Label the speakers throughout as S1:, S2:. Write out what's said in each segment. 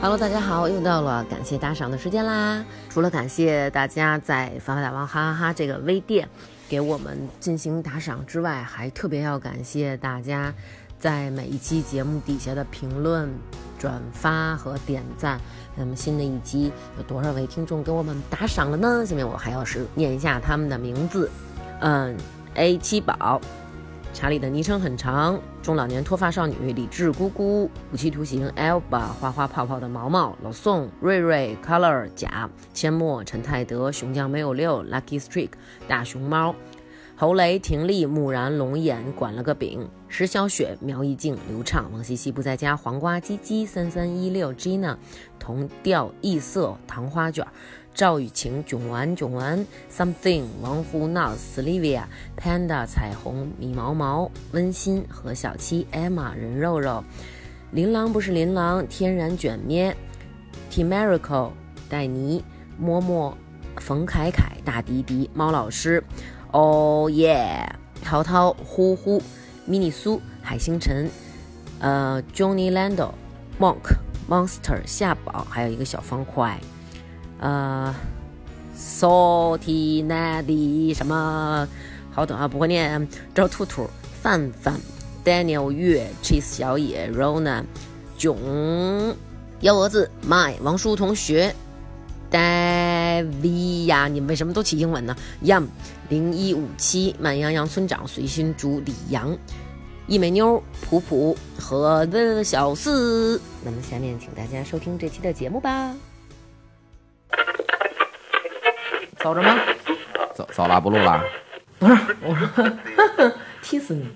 S1: Hello，大家好，又到了感谢打赏的时间啦！除了感谢大家在发发大王哈哈哈这个微店给我们进行打赏之外，还特别要感谢大家在每一期节目底下的评论、转发和点赞。那么新的一期有多少位听众给我们打赏了呢？下面我还要是念一下他们的名字，嗯，A 七宝。查理的昵称很长，中老年脱发少女、理智姑姑、无期徒刑、Elba、花花泡泡的毛毛、老宋、瑞瑞、Color 甲、阡陌、陈泰德、熊将没有六、Lucky Streak、大熊猫、侯雷、婷丽、木然、龙眼、管了个饼、石小雪、苗一静、刘畅、王西西不在家、黄瓜鸡鸡、三三一六、Gina、同调异色、糖花卷、赵雨晴、囧丸、囧丸、Something、王胡闹、Slivia、Panda、彩虹、米毛毛、温馨、何小七、Emma、任肉肉、琳琅不是琳琅、天然卷咩、T Miracle、戴尼、摸摸、冯凯凯、大迪迪、猫老师、哦耶、淘淘、呼呼、迷你苏、海星辰、呃 Johnny Lando、Monk、Monster、夏宝，还有一个小方块。呃，salty natty 什么好短啊，不会念。周兔兔、范范、Daniel 月、Cheese 小野、Rona、囧、幺蛾子、My 王叔同学、Davi 呀，你们为什么都起英文呢？Yum 零一五七、慢羊羊村长、随心竹、李阳、一美妞、普普和的小四。那么下面请大家收听这期的节目吧。走着吗？
S2: 走走了，不录了。
S1: 踢死你！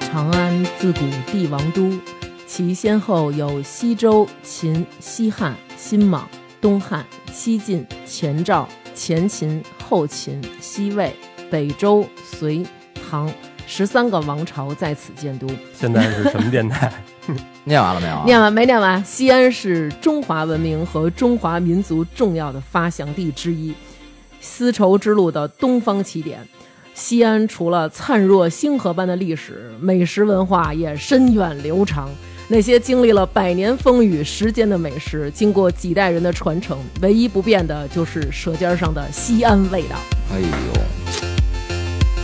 S3: 长安自古帝王都，其先后有西周、秦、西汉、新莽、东汉、西晋、前赵、前秦、后秦、西魏、北周、隋、唐十三个王朝在此建都。
S4: 现在是什么电台？
S2: 念完了没有啊？
S3: 念完没念完？西安是中华文明和中华民族重要的发祥地之一，丝绸之路的东方起点。西安除了灿若星河般的历史，美食文化也深远流长。那些经历了百年风雨时间的美食，经过几代人的传承，唯一不变的就是舌尖上的西安味道。
S2: 哎呦，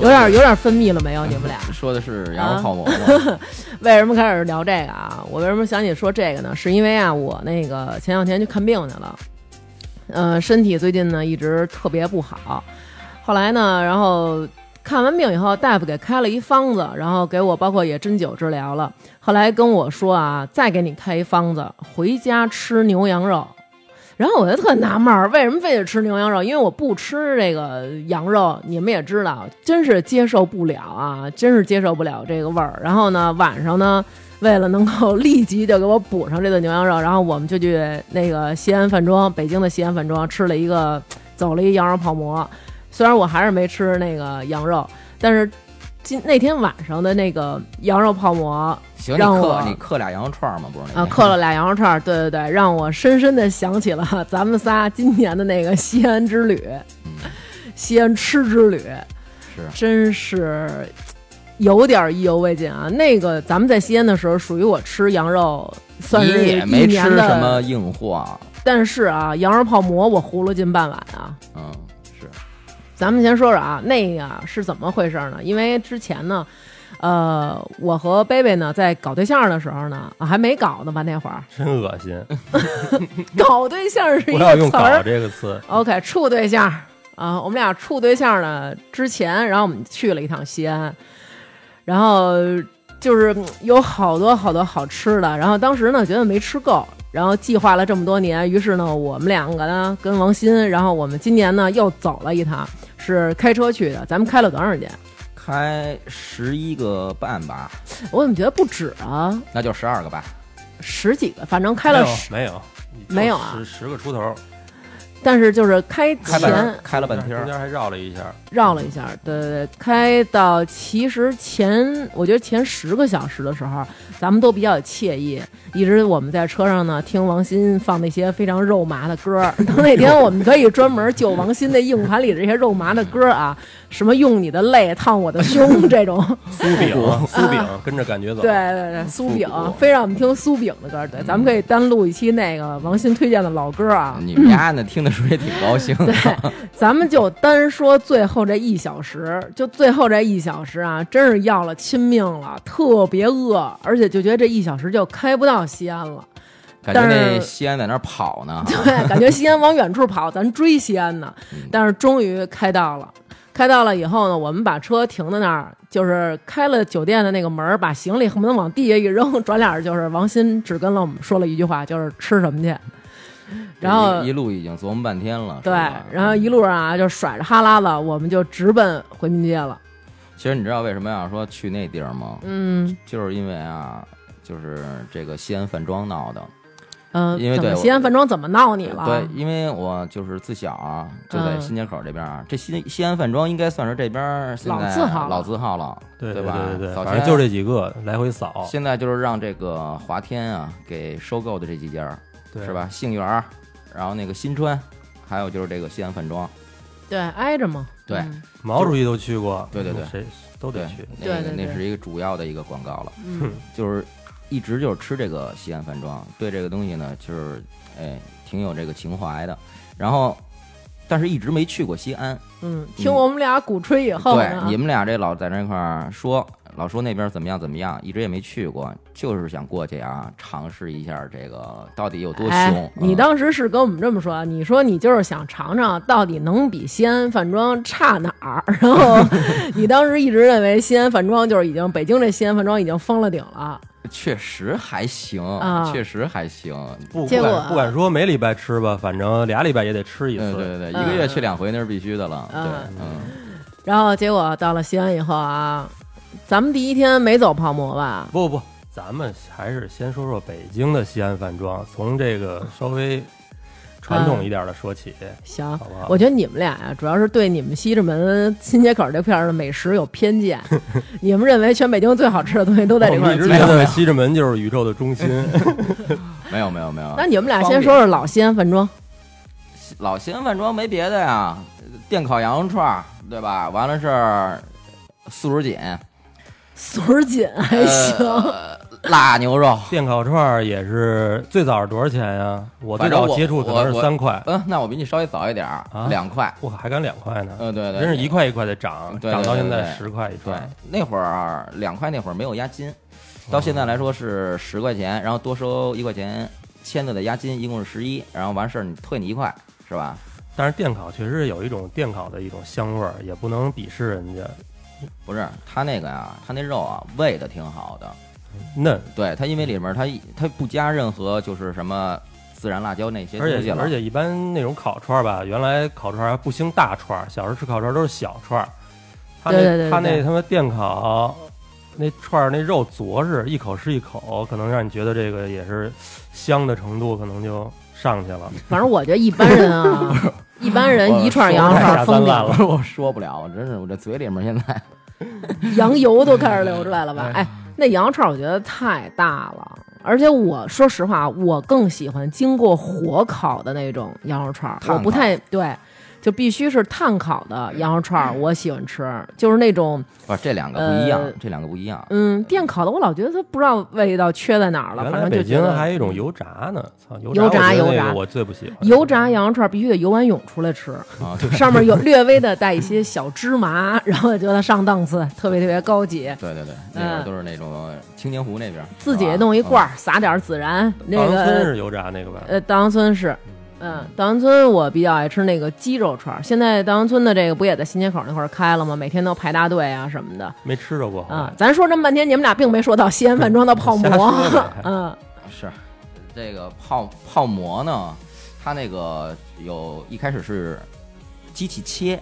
S3: 有点有点分泌了没有？你啊们俩？
S2: 说的是羊肉泡馍 吗？
S3: 为什么开始聊这个啊？我为什么想起说这个呢？是因为啊，我那个前两天去看病去了，呃，身体最近呢一直特别不好，后来呢，然后看完病以后，大夫给开了一方子，然后给我包括也针灸治疗了，后来跟我说啊，再给你开一方子，回家吃牛羊肉。然后我就特纳闷儿，为什么非得吃牛羊肉？因为我不吃这个羊肉，你们也知道，真是接受不了啊，真是接受不了这个味儿。然后呢，晚上呢，为了能够立即就给我补上这顿牛羊肉，然后我们就去那个西安饭庄，北京的西安饭庄吃了一个，走了一羊肉泡馍。虽然我还是没吃那个羊肉，但是今那天晚上的那个羊肉泡馍
S2: 行，你
S3: 让
S2: 刻
S3: 我
S2: 你刻俩羊肉串吗？不是那
S3: 啊，
S2: 天
S3: 刻了俩羊肉串儿，对对对，让我深深的想起了 咱们仨今年的那个西安之旅，西安吃之旅，
S2: 是
S3: 真是有点意犹未尽啊。那个咱们在西安的时候，属于我吃羊肉算是
S2: 你
S3: 一
S2: 也没吃
S3: 年的
S2: 什么，硬货，
S3: 但是啊，羊肉泡馍我葫芦近半碗啊。
S2: 嗯，是
S3: 咱们先说说啊，那个是怎么回事呢？因为之前呢，呃，我和贝贝呢在搞对象的时候呢，啊、还没搞呢吧那会儿，
S4: 真恶 心！
S3: 搞对象是一
S4: 不要
S3: 个
S4: 用“
S3: 词
S4: 搞”
S3: 儿。
S4: 这个词，
S3: OK，处对象啊，我们俩处对象呢之前，然后我们去了一趟西安，然后就是嗯有好多好多好吃的，然后当时呢觉得没吃够，然后计划了这么多年，于是呢我们两个呢跟王鑫，然后我们今年呢又走了一趟，是开车去的，咱们开了多长时间？
S2: 才十一个半吧，
S3: 我怎么觉得不止啊，
S2: 那就十二个吧。
S3: 十几个，反正开了
S2: 哎
S3: 十，
S4: 没有
S3: 没有没有啊
S4: 十十个出头，
S3: 但是就是开
S2: 开
S3: 前
S2: 半开了半
S4: 中
S2: 天，
S4: 间还绕了一下，
S3: 绕了一下，对对对，开到其实前，我觉得前十个小时的时候，咱们都比较惬意，一直我们在车上呢听王鑫放那些非常肉麻的歌儿。 等哪天我们可以专门就王鑫的硬盘里的这些肉麻的歌儿啊，什么用你的泪烫我的胸这种，
S4: 酥饼啊酥饼跟着感觉走，
S3: 啊对对对，苏饼
S2: 复古，
S3: 非让我们听苏饼的歌儿。对，咱们可以单录一期那个王鑫推荐的老歌儿啊。
S2: 你们家呢听的时候也挺高兴的。
S3: 咱们就单说最后这一小时，就最后这一小时啊，真是要了亲命了，特别饿，而且就觉得这一小时就开不到西安了。
S2: 感觉
S3: 但是
S2: 那西安在那儿跑呢，
S3: 对，感觉西安往远处跑，咱追西安呢。但是终于开到了，开到了以后呢，我们把车停在那儿，就是开了酒店的那个门儿，把行李恨不得往地下一扔。转脸儿就是王鑫只跟了我们说了一句话，就是吃什么去。 然后
S2: 一一路已经琢磨半天了。
S3: 对
S2: 是吧，
S3: 然后一路上啊就甩着哈喇子，我们就直奔回民街了。
S2: 嗯其实你知道为什么要说去那地儿吗？
S3: 嗯
S2: 就是因为啊，就是这个西安饭庄闹的。
S3: 嗯、呃
S2: 因为
S3: 怎么
S2: 对我
S3: 西安饭庄怎么闹你了？
S2: 对，因为我就是自小啊就在
S3: 嗯
S2: 新街口这边儿，啊这西西安饭庄应该算是这边儿现
S3: 老
S2: 在
S3: 字号了
S2: 老字号了，
S4: 对
S2: 对
S4: 对
S2: 吧？
S4: 对对，
S2: 早
S4: 反
S2: 前
S4: 正就这几个来回扫，
S2: 现在就是让这个华天啊给收购的这几家儿
S4: 对
S2: 是？吧？杏园儿，然后那个新川，还有就是这个西安饭庄，
S3: 对挨着嘛。
S2: 对
S3: 嗯
S4: 毛主席都去过，
S2: 对对对
S4: 谁都得
S2: 对
S4: 去，，
S2: 那
S3: 对
S2: 个
S3: 对
S2: 那
S3: 对
S2: 是一个主要的一个广告了，
S3: 嗯
S2: 就是一直就是吃这个西安饭庄，对这个东西呢就是哎挺有这个情怀的，然后但是一直没去过西安。
S3: 嗯，听我们俩鼓吹以后呢，
S2: 对，你们俩这老在那块儿说，老说那边怎么样怎么样，一直也没去过，就是想过去啊，尝试一下这个到底有多凶。
S3: 哎，
S2: 嗯
S3: 你当时是跟我们这么说，你说你就是想尝尝到底能比西安饭庄差哪儿，然后你当时一直认为西安饭庄就是已经北京这西安饭庄已经封了顶了，
S2: 确实还行，
S3: 啊
S2: 确实还行。
S4: 不不
S3: 结果
S4: 敢不敢说每礼拜吃吧，反正俩礼拜也得吃一
S2: 对
S4: 次，
S2: 对对，
S3: 嗯
S2: 一个月去两回那是必须的了。对，嗯，
S3: 然后结果到了西安以后啊，咱们第一天没走泡馍吧？
S4: 不不，咱们还是先说说北京的西安饭庄，从这个稍微传统一点的说起，
S3: 行
S4: 好。不好？
S3: 嗯我觉得你们俩呀、主要是对你们西直门新街口这片儿的美食有偏见，你们认为全北京最好吃的东西都在这
S4: 我
S3: 块儿
S4: 们一直
S3: 集
S4: 哦觉
S3: 中。
S4: 得西直门就是宇宙的 中心，
S2: 没有没有没有。
S3: 那你们俩
S2: 方
S3: 先
S2: 便
S3: 说说老西安饭庄，
S2: 老西安饭庄没别的呀，电烤羊肉串儿，对吧？完了事儿，素食锦，
S3: 素儿锦还行。
S2: 呃辣牛 肉。
S4: 电烤串儿也是最早是多少钱呀？我最
S2: 反正
S4: 早
S2: 我
S4: 接触可能
S2: 我
S4: 是
S2: 我
S4: 三块，
S2: 嗯，那我比你稍微早一点儿
S4: 啊，
S2: 两块。
S4: 哇，还敢两块呢？
S2: 嗯，对对，
S4: 真是
S2: 对
S4: 一块一块的涨，
S2: 对对
S4: 涨到现
S2: 对
S4: 在
S2: 对
S4: 十块一
S2: 对
S4: 串。，
S2: 那会儿两块，那会儿没有押金，
S4: 哦
S2: 到现在来说是十块钱，然后多收一块钱签字的押金，一共是十一，然后完事儿你退你一块，是吧？
S4: 但是电烤确实有一种电烤的一种香味儿，也不能鄙视人家
S2: 不是，他那个呀，他那肉啊喂的挺好的，
S4: 嫩，
S2: 对他因为里面他他不加任何就是什么孜然辣椒那些
S4: 而
S2: 东西
S4: 且
S2: 了，
S4: 而且一般那种烤串儿吧，原来烤串儿还不兴大串儿，小时候吃烤串儿都是小串儿。他
S3: 对对对
S4: 那他
S3: 对
S4: 那他妈电烤那串儿那肉着实，一口是一口，可能让你觉得这个也是香的程度可能就上去了。
S3: 反正我觉得一般人啊，一般人一串羊肉
S4: 太
S3: 串
S4: 下
S3: 封
S4: 三滥
S3: 顶，
S4: 了，
S2: 我说不了，我真是我这嘴里面现在
S3: 羊油都开始流出来了吧？哎，那羊肉串我觉得太大了，而且我说实话，我更喜欢经过火烤的那种羊肉串儿，
S2: 炭烤
S3: 我不太对，就必须是炭烤的羊肉串儿，我喜欢吃，就是那种
S2: 不是这两个不一样啊
S3: 呃，
S2: 这两个不一样，
S3: 嗯电烤的，我老觉得它不知道味道缺在哪儿了，
S4: 原
S3: 反正
S4: 来
S3: 就
S4: 北
S3: 觉
S4: 京
S3: 得嗯
S4: 还有一种油炸呢，操，油
S3: 油炸
S4: 炸我觉得
S3: 油炸
S4: 那个我最不喜欢
S3: 油炸羊肉串儿必须得游完泳出来吃。
S2: 啊，对
S3: 上面有略微的带一些小芝麻，然后觉得上档次，特别特别高级。
S2: 对对对，那边都是那种青年湖那边
S3: 自己弄一罐
S2: 罐
S3: 儿，撒点儿孜然，那
S4: 王啊村
S3: 个
S4: 是油炸那个吧？
S3: 呃，大王村是，嗯，大王村我比较爱吃那个鸡肉串儿。现在大王村的这个不也在新街口那块儿开了吗？每天都排大队啊什么的
S4: 没吃着过，好像
S3: 啊。咱说这么半天，你们俩并没说到西安饭庄的泡
S4: 瞎
S3: 馍
S4: 说呗，
S3: 嗯，
S2: 啊是，这个泡泡馍呢，它那个有一开始是机器切，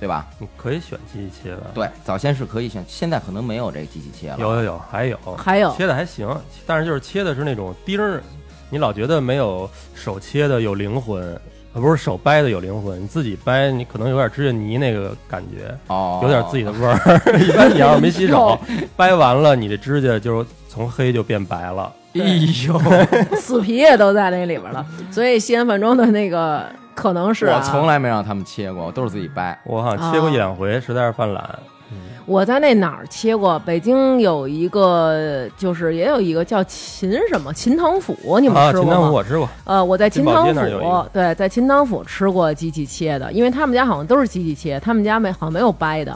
S2: 对吧？
S4: 你可以选机器切吧？
S2: 对，早先是可以选，现在可能没有这个机器切了。
S4: 有有有，还有
S3: 还有
S4: 切的还行，但是就是切的是那种钉儿，你老觉得没有手切的有灵魂，呃，不是手掰的有灵魂，你自己掰你可能有点指甲泥那个感觉，
S2: 哦，
S4: 有点自己的味儿。 一般你要是没洗手，掰完了你的指甲就是从黑就变白了。
S2: 哎呦，
S3: 死皮也都在那里边了。所以西安饭庄的那个可能 是、啊、
S2: 我从来没让他们切过，我都是自己掰。
S4: 我好像切
S3: 哦
S4: 过一两回，实在是犯懒。
S3: 我在那哪儿切过？北京有一个，就是也有一个叫秦什么秦堂府，你
S4: 啊，
S3: 们吃
S4: 秦
S3: 过
S4: 汤
S3: 吗？
S4: 府我吃过，
S3: 呃，我在
S4: 金
S3: 秦
S4: 宝
S3: 堂
S4: 街
S3: 府
S4: 那儿有一个，
S3: 对，在秦堂府吃过机器切的，因为他们家好像都是机器切，他们家没好像没有掰的。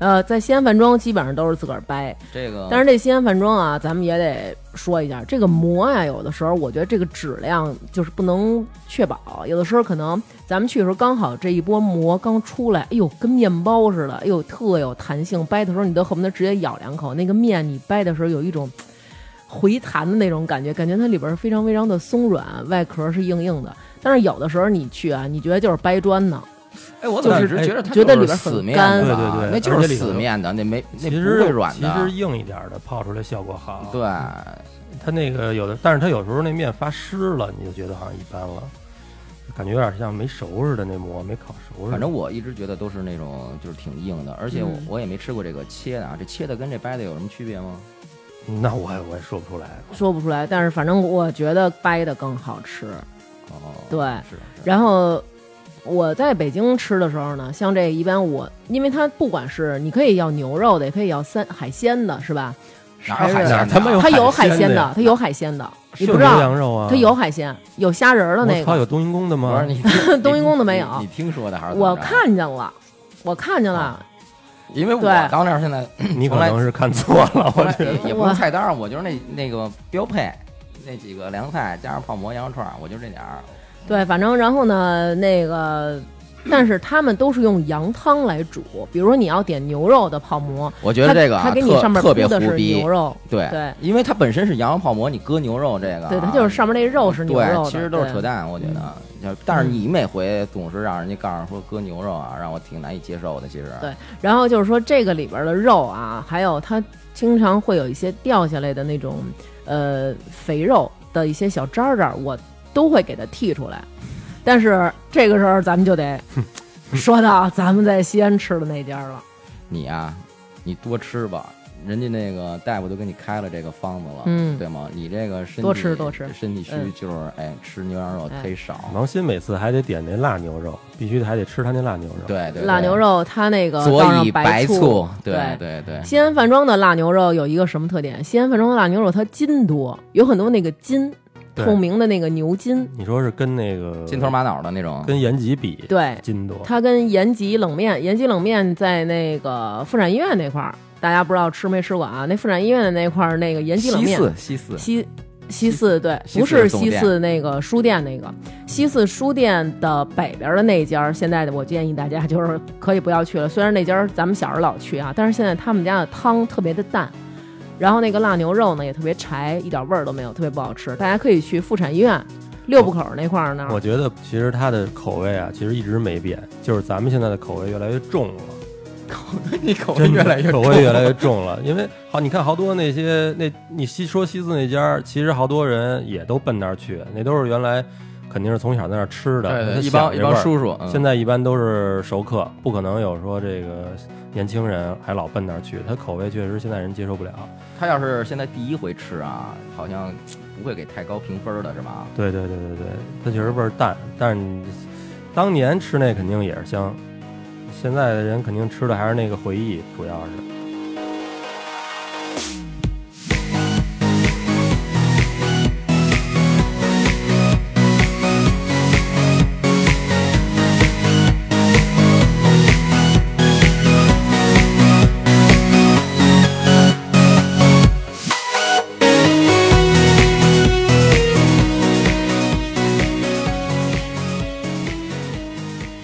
S3: 呃，在西安饭庄基本上都是自个儿掰，
S2: 这个，
S3: 但是这西安饭庄啊，咱们也得说一下，这个馍呀、有的时候我觉得这个质量就是不能确保，有的时候可能咱们去的时候刚好这一波馍刚出来，哎呦，跟面包似的，哎呦，特有弹性，掰的时候你都恨不得直接咬两口，那个面你掰的时候有一种回弹的那种感觉，感觉它里边儿非常非常的松软，外壳是硬硬的。但是有的时候你去啊，你觉得就是掰砖呢，
S2: 哎，我怎么一直
S4: 就是
S2: 觉得它
S3: 觉得
S2: 就是
S3: 里边很
S2: 死面
S3: 干啊
S2: 的
S4: 对对对
S2: 那就
S4: 而且
S2: 是
S4: 里头
S2: 死面的，那没那
S4: 其
S2: 不
S4: 实
S2: 会软
S4: 其
S2: 的
S4: 实。硬一点的泡出来效果好。
S2: 对，
S4: 它那个有的，但是它有时候那面发湿了，你就觉得好像一般了，感觉有点像没熟似的那馍，没烤熟似的。
S2: 反正我一直觉得都是那种就是挺硬的，而且我
S3: 嗯
S2: 我也没吃过这个切的啊，这切的跟这掰的有什么区别吗？
S4: 那我也我也说不出来。
S3: 说不出来。但是反正我觉得掰的更好吃。
S2: 哦，
S3: 对
S2: 是，是
S3: 然后我在北京吃的时候呢，像这一般我，因为它不管是你可以要牛肉的，也可以要三海鲜的，是吧？
S2: 哪有海
S4: 哪儿
S2: 鲜的
S4: 他妈有
S2: 啊？
S3: 它有海
S4: 海鲜
S3: 的
S4: 的呀，
S3: 它有海鲜的，你
S4: 就
S3: 不
S4: 是
S3: 知
S4: 牛
S3: 道
S4: 羊肉啊，
S3: 它有海鲜，有虾仁儿的那
S4: 我操，
S3: 个，
S4: 有冬阴功的
S2: 不
S4: 吗
S2: 是？你
S3: 冬阴功的没
S2: 你
S3: 有
S2: 你你听说的还是怎么
S3: 我
S2: 着，
S3: 看见了，我看见了，
S2: 因为我
S3: 对
S2: 到那儿现在
S4: 你可
S2: 从来
S4: 能是看错了，
S2: 后
S4: 我
S2: 来
S4: 觉
S2: 也
S4: 得。
S2: 也不
S3: 哇
S2: 是菜单儿，我就是那那个标配，那几个凉菜加上泡馍、羊肉串儿，我就这点儿。
S3: 对，反正然后呢，那个。但是他们都是用羊汤来煮，比如说你要点牛肉的泡馍，
S2: 我觉
S3: 它
S2: 得这个啊
S3: 它给你上
S2: 特
S3: 面
S2: 特
S3: 铺
S2: 别
S3: 的
S2: 胡
S3: 是
S2: 逼哎
S3: 牛，肉，
S2: 对
S3: 对
S2: 因为它本身是羊肉泡馍，你搁牛肉这个啊，
S3: 对，它就是上面那肉是牛肉
S2: 啊对，
S3: 的，嗯
S2: 其实都是
S3: 对
S2: 扯淡，我觉得。要但是你每回总是让人家告诉说搁牛肉啊，让我挺难以接受的。其实，
S3: 对然后就是说这个里边的肉啊，还有它经常会有一些掉下来的那种呃肥肉的一些小渣渣，我都会给它剔出来。但是这个时候咱们 就得说到咱们在西安吃的那家了，
S2: 你啊，你多吃吧，人家那个大夫都给你开了这个方子了，
S3: 嗯
S2: 对吗？你这个身体
S3: 多吃多吃
S2: 身体虚
S3: 嗯
S2: 就是、哎，吃牛羊肉
S3: 哎
S2: 忒少，
S4: 王鑫每次还得点那辣牛肉，必须得还得吃他那辣牛肉。，
S2: 对对对，
S3: 辣牛肉它那个
S2: 佐
S3: 倒上
S2: 以白
S3: 醋。
S2: 对
S3: 对
S2: 对对，
S3: 西安饭庄的辣牛肉有一个什么特点？西安饭庄的辣牛肉它筋多，有很多那个筋，
S4: 对
S3: 透明的那个牛筋。
S4: 你说是跟那个
S2: 筋头玛瑙的那种，
S4: 跟延吉比，
S3: 对，
S4: 筋多。
S3: 它跟延吉冷面，延吉冷面在那个妇产医院那块儿，大家不知道吃没吃过啊？那妇产医院的那块儿，那个延吉冷
S2: 西
S3: 面，
S2: 四西 四，
S3: 西西四对，
S2: 西四
S3: 不是
S2: 是总
S3: 西
S2: 店
S3: 四那个书店那个，西四书店的北边的那家儿，现在我建议大家就是可以不要去了。虽然那家儿咱们小时候老去啊，但是现在他们家的汤特别的淡，然后那个辣牛肉呢也特别柴，一点味儿都没有，特别不好吃。大家可以去妇产医院六部口那块儿那
S4: 我
S3: 儿，
S4: 觉得其实它的口味啊，其实一直没变，就是咱们现在的口味越来越重了。
S2: 你口
S4: 真的口 味越来越重了。因为好，你看好多那些那你西说西四那家儿，其实好多人也都奔那儿去，那都是原来肯定是从小在那儿吃的，
S2: 对
S4: 他
S2: 对，一
S4: 想
S2: 帮
S4: 这
S2: 一
S4: 味
S2: 帮
S4: 儿。
S2: 叔叔，嗯
S4: 现在一般都是熟客，不可能有说这个年轻人还老奔那儿去，他口味确实现在人接受不了。
S2: 他要是现在第一回吃啊，好像不会给太高评分的是吧？
S4: 对对对对对，它确实味儿淡，但是你当年吃那肯定也是香，现在的人肯定吃的还是那个回忆，主要是。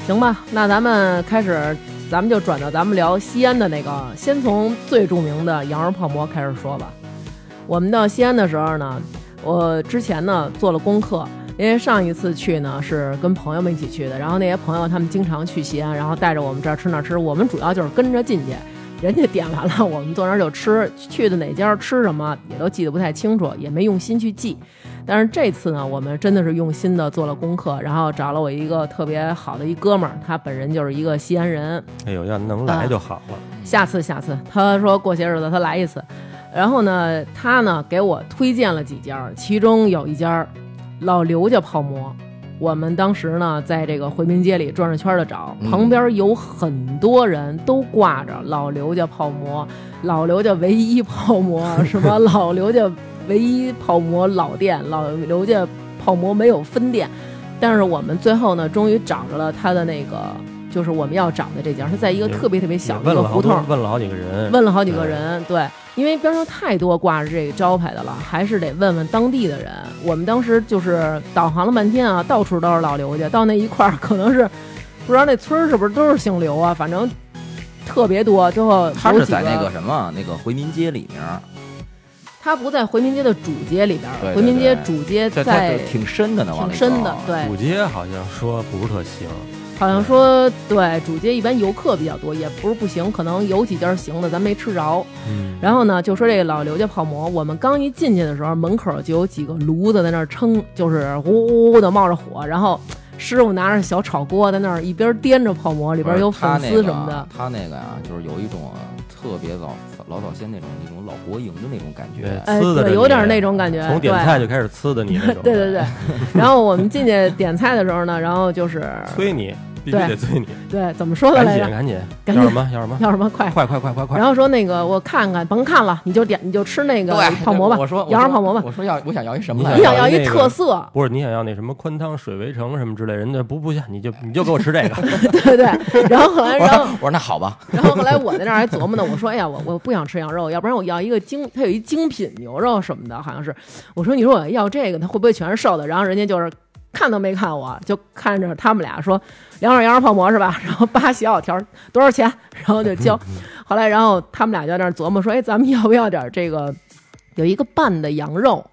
S3: 行吧？那咱们开始，咱们就转到咱们聊西安的那个，先从最著名的羊肉泡馍开始说吧。我们到西安的时候呢，我之前呢做了功课，因为上一次去呢是跟朋友们一起去的，然后那些朋友他们经常去西安，然后带着我们这儿吃那儿吃，我们主要就是跟着进去。人家点完了，我们坐那儿就吃，去的哪家吃什么也都记得不太清楚，也没用心去记。但是这次呢，我们真的是用心的做了功课，然后找了我一个特别好的一哥们儿，他本人就是一个西安人，
S4: 哎呦，要能
S3: 啊
S4: 来就好了。
S3: 下次下次，他说过些日子他来一次。然后呢，他呢给我推荐了几家儿，其中有一家儿老刘家泡馍。我们当时呢，在这个回民街里转着圈的找，
S2: 嗯
S3: 旁边有很多人都挂着老刘家泡馍、老刘家唯一泡馍，什么老刘家唯一泡馍老店、老刘家泡馍没有分店。但是我们最后呢，终于找着了他的那个，就是我们要找的这家，是在一个
S4: 也
S3: 特别特别小的
S4: 也
S3: 一
S4: 问
S3: 个
S4: 了
S3: 胡
S4: 好
S3: 同
S4: 多，，问了好几个人，
S3: 问了好几个人，对，因为边上太多挂着这个招牌的了，还是得问问当地的人。我们当时就是导航了半天啊，到处都是老刘家，到那一块儿可能是不知道那村儿是不是都是姓刘啊，反正特别多。最后
S2: 他
S3: 有
S2: 是
S3: 几
S2: 在那个，什么那个回民街里面，
S3: 他不在回民街的主街里边儿，
S2: 对对
S3: 回民街
S2: 对
S3: 主街
S2: 在它
S3: 在
S2: 就挺深的呢，往
S3: 挺
S2: 里
S3: 深的
S2: 走，
S3: 对，
S4: 五街好像说不是特行，
S3: 好像说对主街一般游客比较多，也不是不行，可能有几家行的咱没吃着。
S4: 嗯，
S3: 然后呢，就说这个老刘家泡馍，我们刚一进去的时候，门口就有几个炉子在那儿撑，就是呜呜呜的冒着火，然后师傅拿着小炒锅在那儿一边颠着泡馍，里边有粉丝什么的。
S4: 啊
S2: 他那个呀、就是有一种特别老老早先那种那种老国营的那种感觉，
S3: 哎
S4: 呲的
S3: 对
S4: 着
S3: 有
S4: 你
S3: 点那种感觉
S4: 从点
S3: 对
S4: 菜就开始呲的你那 种，
S3: 对 对对，然后我们进去点菜的时候呢，然后就是
S4: 催你必须 得催你，
S3: 对怎么说的
S4: 赶
S3: 来
S4: 紧
S3: 着？
S4: 赶紧，
S3: 赶紧
S4: 要什么要什么，
S3: 要什么快？
S4: 快快快快快
S3: 然！后说那个我看看，甭看了，你就点你就吃那个泡馍吧，
S2: 我说
S3: 羊肉泡馍吧。
S2: 我说要我想要一什么
S4: 么
S2: 来
S4: 来
S3: 你
S4: 着
S2: 着？
S3: 想要一
S4: 那个
S3: 特色，
S4: 不是你想要那什么宽汤水围城什么之类，人家不不行，你就你就给我吃这个，
S3: 对对。然后后 来，
S2: 我
S3: 然
S2: 说
S3: 后
S2: 我说那好吧，
S3: 然后后来我在那儿还琢磨呢，我说：“哎呀，我我不想吃羊肉，要不然我要一个精，它有一精品牛肉什么的，好像是。”我说：“你说我要这个，它会不会全是瘦的？”然后人家就是看都没看我，就看着他们俩说：“两碗羊肉泡馍是吧？” 然后八小条多少钱？然后就交。
S2: 嗯
S3: 后来，然后他们俩就在那儿琢磨说：“哎，咱们要不要点这个？有一个拌的羊肉，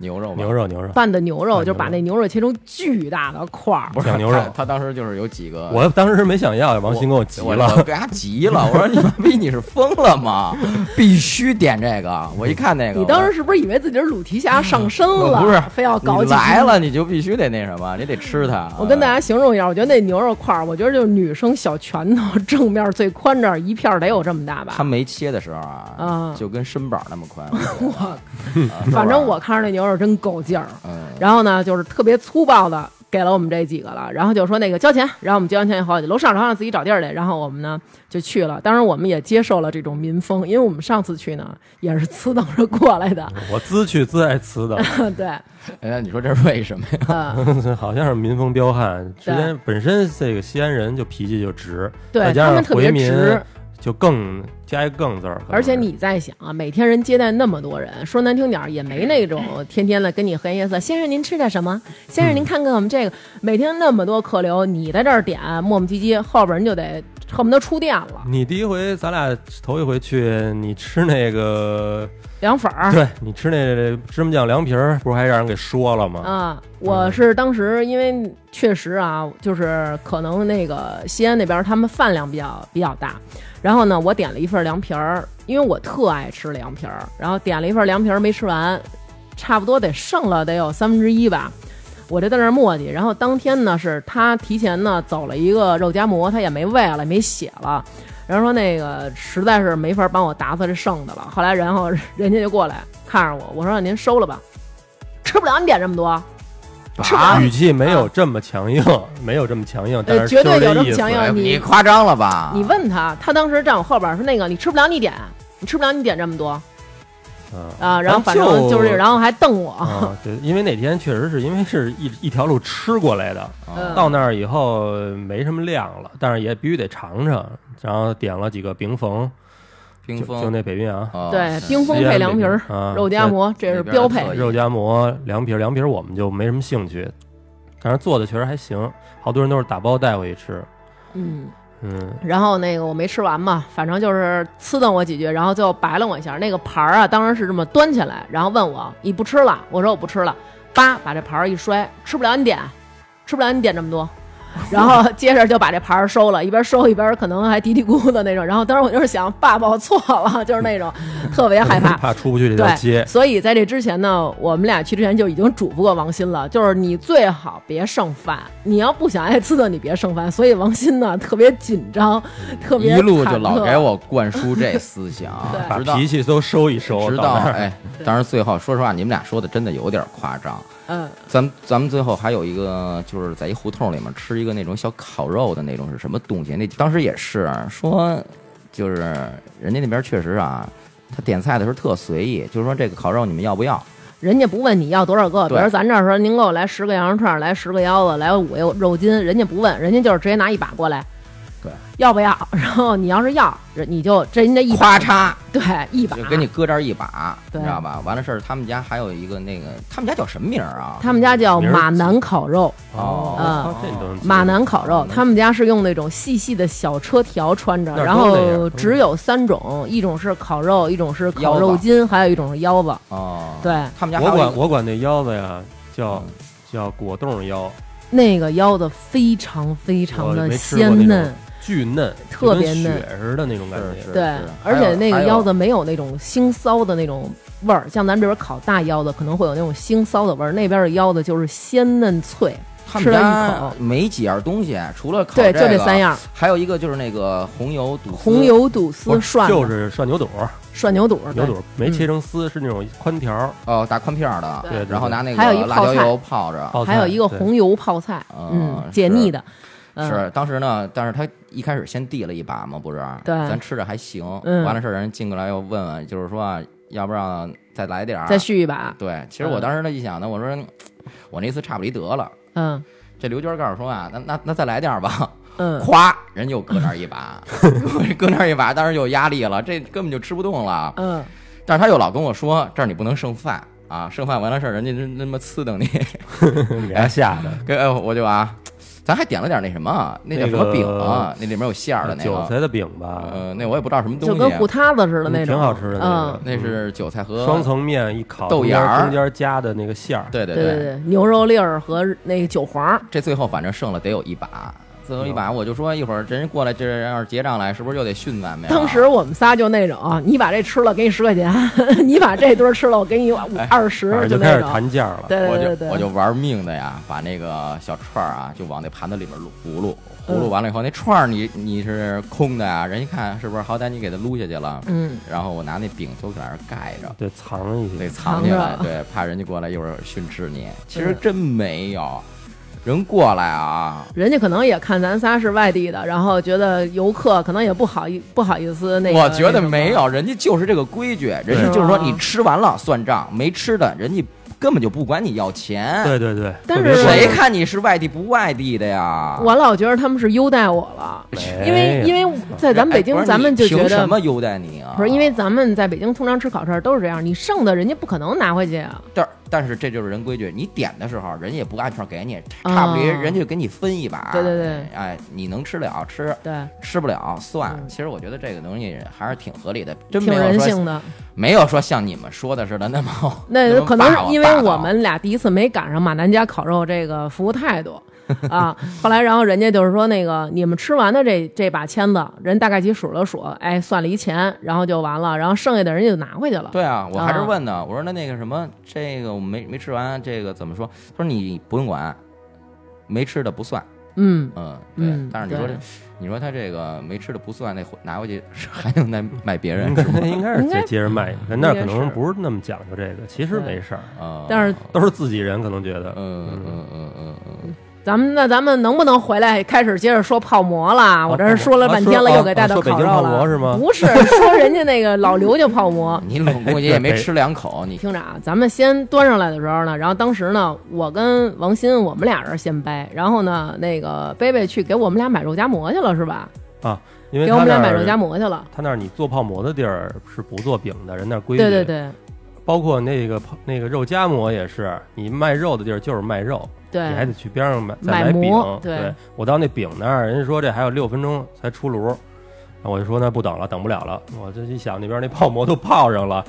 S2: 牛肉吧
S4: 牛。肉牛肉。
S3: 拌的 牛肉，
S4: 拌
S3: 就把
S4: 牛
S3: 那牛肉切成巨大的块儿。”
S2: 不是
S4: 想牛肉
S2: 他他当时就是有几个，
S4: 我当时没想要，王鑫给我急
S2: 我
S4: 了
S2: 我，给他急了，我说你妈逼你是疯了吗？必须点这个！我一看那个，
S3: 你当时是不是以为自己是鲁提辖上身
S2: 我
S3: 了？
S2: 不是
S3: 非要搞
S2: 你
S3: 几斤
S2: 来了，你就必须得那什么，你得吃它。呃
S3: 我
S4: 啊
S3: 跟大家形容一下，我觉得那牛肉块儿，我觉得就是女生小拳头 正面最宽这儿一片儿得有这么大
S2: 它
S3: 吧。
S2: 没切的时候啊
S3: 嗯，
S2: 就跟身板那么 宽。我觉
S3: 我
S2: 得啊是吧
S3: 反正我看着那牛肉真够劲儿，
S2: 嗯，
S3: 然后呢就是特别粗暴的给了我们这几个了，然后就说那个交钱，然后我们交完钱以后，楼上楼上自己找地儿去，然后我们呢就去了。当然我们也接受了这种民风，因为我们上次去呢也是 呲瞪着过来的，
S4: 我滋去滋爱呲的，
S3: 对，
S2: 哎，那你说这是为什么 呀？
S3: 呃，
S4: 好像是民风彪悍。之
S3: 对
S4: 前本身这个西安人就脾气就直，
S3: 对
S4: 再
S3: 他
S4: 加
S3: 们
S4: 上
S3: 特
S4: 回
S3: 别
S4: 民
S3: 直，
S4: 就更加一个更字儿。可能
S3: 而且
S4: 是
S3: 你在想啊，每天人接待那么多人，说难听点儿也没那种天天的跟 你和颜悦色。先生您吃点什么？先生您看看我们这个，每天那么多客流，你在这儿点磨磨唧唧，后边人就得恨不得出店了。
S4: 你第一回，咱俩头一回去，你吃那个，
S3: 凉粉儿
S4: 对你吃那芝麻酱凉皮儿，不是还让人给说了吗？
S3: 啊，我是当时因为确实啊，就是可能那个西安那边儿他们饭量比较比较大，然后呢，我点了一份凉皮儿，因为我特爱吃凉皮儿，然后点了一份凉皮儿没吃完，差不多得剩了得有三分之一吧。我就在那儿磨叽，然后当天呢是他提前呢走了一个肉夹馍，他也没喂了，也没血了，然后说那个实在是没法帮我打发这剩的了。后来然后 人家就过来看着我，我说让您收了吧，吃不了你点这么多，吃不了
S4: 语气没有这么强硬，没有这么强硬，但
S3: 啊呃
S4: 是
S3: 绝对
S4: 就是
S3: 有这么
S4: 意思
S3: 强硬
S2: 哎
S3: 你
S2: 你夸张了
S4: 啊
S2: 吧？
S3: 你问他，他当时站我后边儿说：“那个你吃不了，你点，你吃不了，你点这么多
S4: 嗯
S3: 啊。”然后反正
S4: 就
S3: 就是，然后还瞪我。
S4: 啊，对，因为那天确实是因为是一一条路吃过来的，
S3: 嗯
S2: 啊
S4: 到那儿以后呃没什么量了，但是也必须得尝尝，然后点了几个冰缝，
S2: 冰
S4: 就
S2: 峰
S4: 就那北冰洋
S2: 啊
S3: 对，
S2: 是
S3: 冰峰配凉皮儿、
S4: 啊
S3: 肉夹馍，这是标配
S2: 那边的。特
S4: 肉夹馍、凉皮儿，凉皮儿我们就没什么兴趣，但是做的确实还行，好多人都是打包带回去吃。
S3: 嗯，
S4: 嗯，
S3: 然后那个我没吃完嘛，反正就是呲瞪我几句，然后最后白了我一下。那个盘儿啊，当然是这么端起来，然后问我：“你不吃了？”我说：“我不吃了。”叭把这盘儿一摔，吃不了你点，吃不了你点这么 多。然后接着就把这盘儿收了，一边收一边可能还嘀嘀咕咕的那种。然后当时我就是想，爸爸，我错了，就是那种特别害怕。
S4: 怕出不去这条街
S3: 对，。所以在这之前呢，我们俩去之前就已经嘱咐过王鑫了，就是你最好别剩饭，你要不想挨刺的，你别剩饭。所以王鑫呢特别紧张，特别
S2: 嗯一路就
S3: 忐忑
S2: 老给我灌输这思想
S3: 对，
S4: 把
S2: 直到
S4: 脾气都收一收，
S2: 直
S4: 到
S2: 到
S4: 那儿
S2: 哎，当然最后说实话，你们俩说的真的有点夸张。
S3: 嗯
S2: 咱们咱们最后还有一个，就是在一胡同里面吃一个那种小烤肉的那种是什么东西？那当时也是说，就是人家那边确实啊，他点菜的时候特随意，就是说这个烤肉你们要不要？
S3: 人家不问你要多少个，比
S2: 对
S3: 如咱这儿说您给我来十个羊肉串，来十个腰子，来五个肉筋，人家不问，人家就是直接拿一把过来，
S2: 对，
S3: 要不要？ 然后你要是要，人你就这人家一把
S2: 咔，嚓，
S3: 对，一把
S2: 就给你搁这儿一把，
S3: 对
S2: 你知道吧？完了事儿，他们家还有一个那个，他们家叫什么名儿啊？
S3: 他们家叫
S4: 名儿
S3: 马南烤肉，
S2: 哦
S4: 操这你都能记住
S3: 嗯马南烤肉
S2: 嗯，
S3: 他们家是用那种细细的小车条穿着，
S4: 那儿
S3: 然
S4: 都那
S3: 后
S4: 样
S3: 只有三种，一种是烤肉，一种是烤
S2: 腰
S3: 肉
S2: 子
S3: 筋，还有一种是腰
S4: 啊
S3: 子。
S2: 哦，，
S3: 对，
S2: 他们家还
S4: 我
S2: 有一个嗯
S4: 管我管那腰子呀，叫叫果冻腰，
S3: 那个腰子非常非常
S4: 我
S3: 的
S4: 没吃过
S3: 鲜
S4: 那
S3: 嫩
S4: 种，巨嫩，
S3: 特别
S4: 就跟
S3: 嫩
S4: 雪似的那种感
S2: 是
S4: 觉
S2: 是。
S3: 对
S2: 是，
S3: 而且那
S2: 还
S3: 个
S2: 有
S3: 腰子没有那种腥臊的那种味儿，像咱们这边烤大腰子可能会有那种腥臊的味儿，那边的腰子就是鲜嫩脆，
S2: 他
S3: 吃
S2: 们
S3: 了一
S2: 家
S3: 口，
S2: 没几样东西，除了烤
S3: 对，就
S2: 这
S3: 这三
S2: 个，
S3: 样：
S2: 还有一个就是那个红油肚丝
S3: 红油肚丝
S4: 不
S3: 涮
S4: 就
S3: 的嗯
S4: 是涮牛肚，
S3: 涮牛肚儿，
S4: 牛
S3: 对
S4: 肚没切成丝，是那种宽条儿，
S2: 哦，大宽片儿的，
S3: 对
S4: 对，
S2: 然后拿那
S3: 还有一
S2: 个
S3: 个
S2: 辣
S3: 泡
S2: 椒
S3: 菜哦
S2: 油泡着，
S4: 泡菜啊
S3: 还有一个
S4: 对
S3: 红油泡菜，
S2: 哦
S3: 嗯，解
S2: 是
S3: 腻的，嗯
S2: 是，当时呢，但是他一开始先递了一把嘛，不是？
S3: 对
S2: 咱吃着还行。
S3: 嗯
S2: 完了事儿，人进过来又问问，就是说啊，要不要再来点儿？
S3: 再续一把，
S2: 对，其实我
S3: 嗯
S2: 当时呢一想呢，我说我那次差不离得了。
S3: 嗯
S2: 这刘娟告诉说啊，那那那再来点儿吧，
S3: 嗯，
S2: 咵，人又搁那儿一把， 我搁那儿一把，当时有压力了，这根本就吃不动了。
S3: 嗯，
S2: 但是他又老跟我说，这儿你不能剩饭啊，剩饭完了事儿，人家真他妈呲瞪你。
S4: 给他吓的。
S2: 给哎，我就啊，咱还点了点那什么，那叫什么饼啊？那里面有馅儿的那
S4: 韭
S2: 个，
S4: 菜的啊饼吧，
S2: 呃，那我也不知道什么
S3: 就
S2: 东
S3: 跟糊
S2: 西，
S3: 塌子似的那种，
S4: 挺好吃的那
S3: 嗯
S4: 个，
S2: 那是韭菜和
S4: 双，层面一烤，
S2: 豆芽儿
S4: 中间中间夹的那个馅儿，
S2: 对对啊
S3: 对对对，牛肉粒儿和那个韭黄，
S2: 这最后反正剩了得有一把，最后一
S4: 嗯
S2: 把我就说一会儿人过来，这人要是结账来，是不是又得训咱们呀？
S3: 当时我们仨就那种啊，你把这吃了给你十块钱， 你把这堆儿吃了我给你五
S2: 哎
S3: 二十
S4: 反，正就开
S3: 那
S4: 始
S3: 种，
S4: 谈价了。
S3: 对
S2: 我
S3: 对对
S2: 就
S3: 对，
S2: 我就玩命的呀，把那个小串儿啊，就往那盘子里面撸葫芦，
S3: 嗯
S2: 葫芦完了以后，那串儿你你是空的呀，人一看是不是好歹你给它撸下去了，
S3: 嗯，
S2: 然后我拿那饼都搁那儿盖着。
S4: 对，藏一些
S2: 得。藏起来，
S3: 藏着
S2: 对，怕人家过来一会儿训斥你。其
S3: 对
S2: 实真没有，人过来啊，
S3: 人家可能也看咱仨是外地的，然后觉得游客可能也不好意不好意思那个，
S2: 我觉得
S3: 那什么
S2: 没，有，人家就是这个规矩，人家就是说你吃完了算账，没吃的人家根本就不管你要钱。
S4: 对对对，
S3: 但
S4: 特别
S3: 是
S2: 谁
S4: 爽
S2: 看你是外地不外地的呀？
S3: 我老觉得他们是优待我了，因为
S4: 没
S3: 因为在咱们北京
S2: 哎哎不是，
S3: 咱们就
S2: 你
S3: 觉
S2: 凭
S3: 得
S2: 什么优待你啊？
S3: 不是因为咱们在北京通常吃烤串都是这样，你剩的人家不可能拿回去啊。
S2: 但但是这就是人规矩，你点的时候人家也不按串给你，差不离
S3: 啊
S2: 人家就给你分一把。
S3: 对对对，
S2: 哎，你能吃了吃，
S3: 对，
S2: 吃不了算。
S3: 嗯
S2: 其实我觉得这个东西还是挺合理的，真
S3: 挺
S2: 没有
S3: 人
S2: 说
S3: 性的。
S2: 没有说像你们说的似的那么
S3: 那
S2: 么
S3: 可能
S2: 霸道
S3: 是因为
S2: 霸道
S3: 我们俩第一次没赶上马南家烤肉这个服务态度啊。后来，然后人家就是说那个你们吃完的这这把签子，人大概其数了数，哎，算了一钱，然后就完了，然后剩下的人家就拿回去了。
S2: 对啊，我还是
S3: 啊
S2: 问呢，我说那那个什么，这个我没没吃完，这个怎么说？他说你不用管，没吃的不算，
S3: 嗯，
S2: 嗯
S3: 嗯
S2: 对。但是你说
S3: 对
S2: 这，你说他这个没吃的不算，那回拿回去是还能再卖别人
S4: 嗯
S2: 是 吗？
S4: 那 应该是
S3: 应该
S4: 接接着卖，人那儿可
S3: 应该
S4: 能
S3: 是
S4: 不是那么讲究这个，其实没事儿，
S2: 啊，
S3: 但是
S4: 都是自己人，可能觉得，
S2: 嗯嗯嗯嗯嗯，
S3: 咱们那咱们能不能回来开始接着说泡馍啦？啊我这是说了半天了，
S4: 啊啊说
S3: 又给带到
S4: 啊
S3: 烤
S4: 说北京
S3: 肉
S4: 泡馍
S3: 了。
S4: 是吗
S3: 不是，说人家那个老刘家泡馍。
S2: 你
S4: 哎
S2: 总共也没吃两口，你
S3: 听着啊，咱们先端上来的时候呢，然后当时呢，我跟王鑫我们俩人先掰，然后呢，那个贝贝去给我们俩买肉夹馍去了，是吧？
S4: 因为
S3: 给我
S4: 他
S3: 们
S4: 那
S3: 俩买肉夹
S4: 儿
S3: 馍去了。
S4: 他那儿你做泡馍的地儿是不做饼的，人那儿规矩，
S3: 对对，对
S4: 包括那个泡那个肉夹馍也是，你卖肉的地儿就是卖肉，你
S3: 对
S4: 还得去边上买再
S3: 嗯买
S4: 买饼
S3: 馍。对
S4: 对我到那饼那儿，人家说这还有六分钟才啊出炉，我就说那不等了，等不了了。我这一想那边那泡馍都泡上了，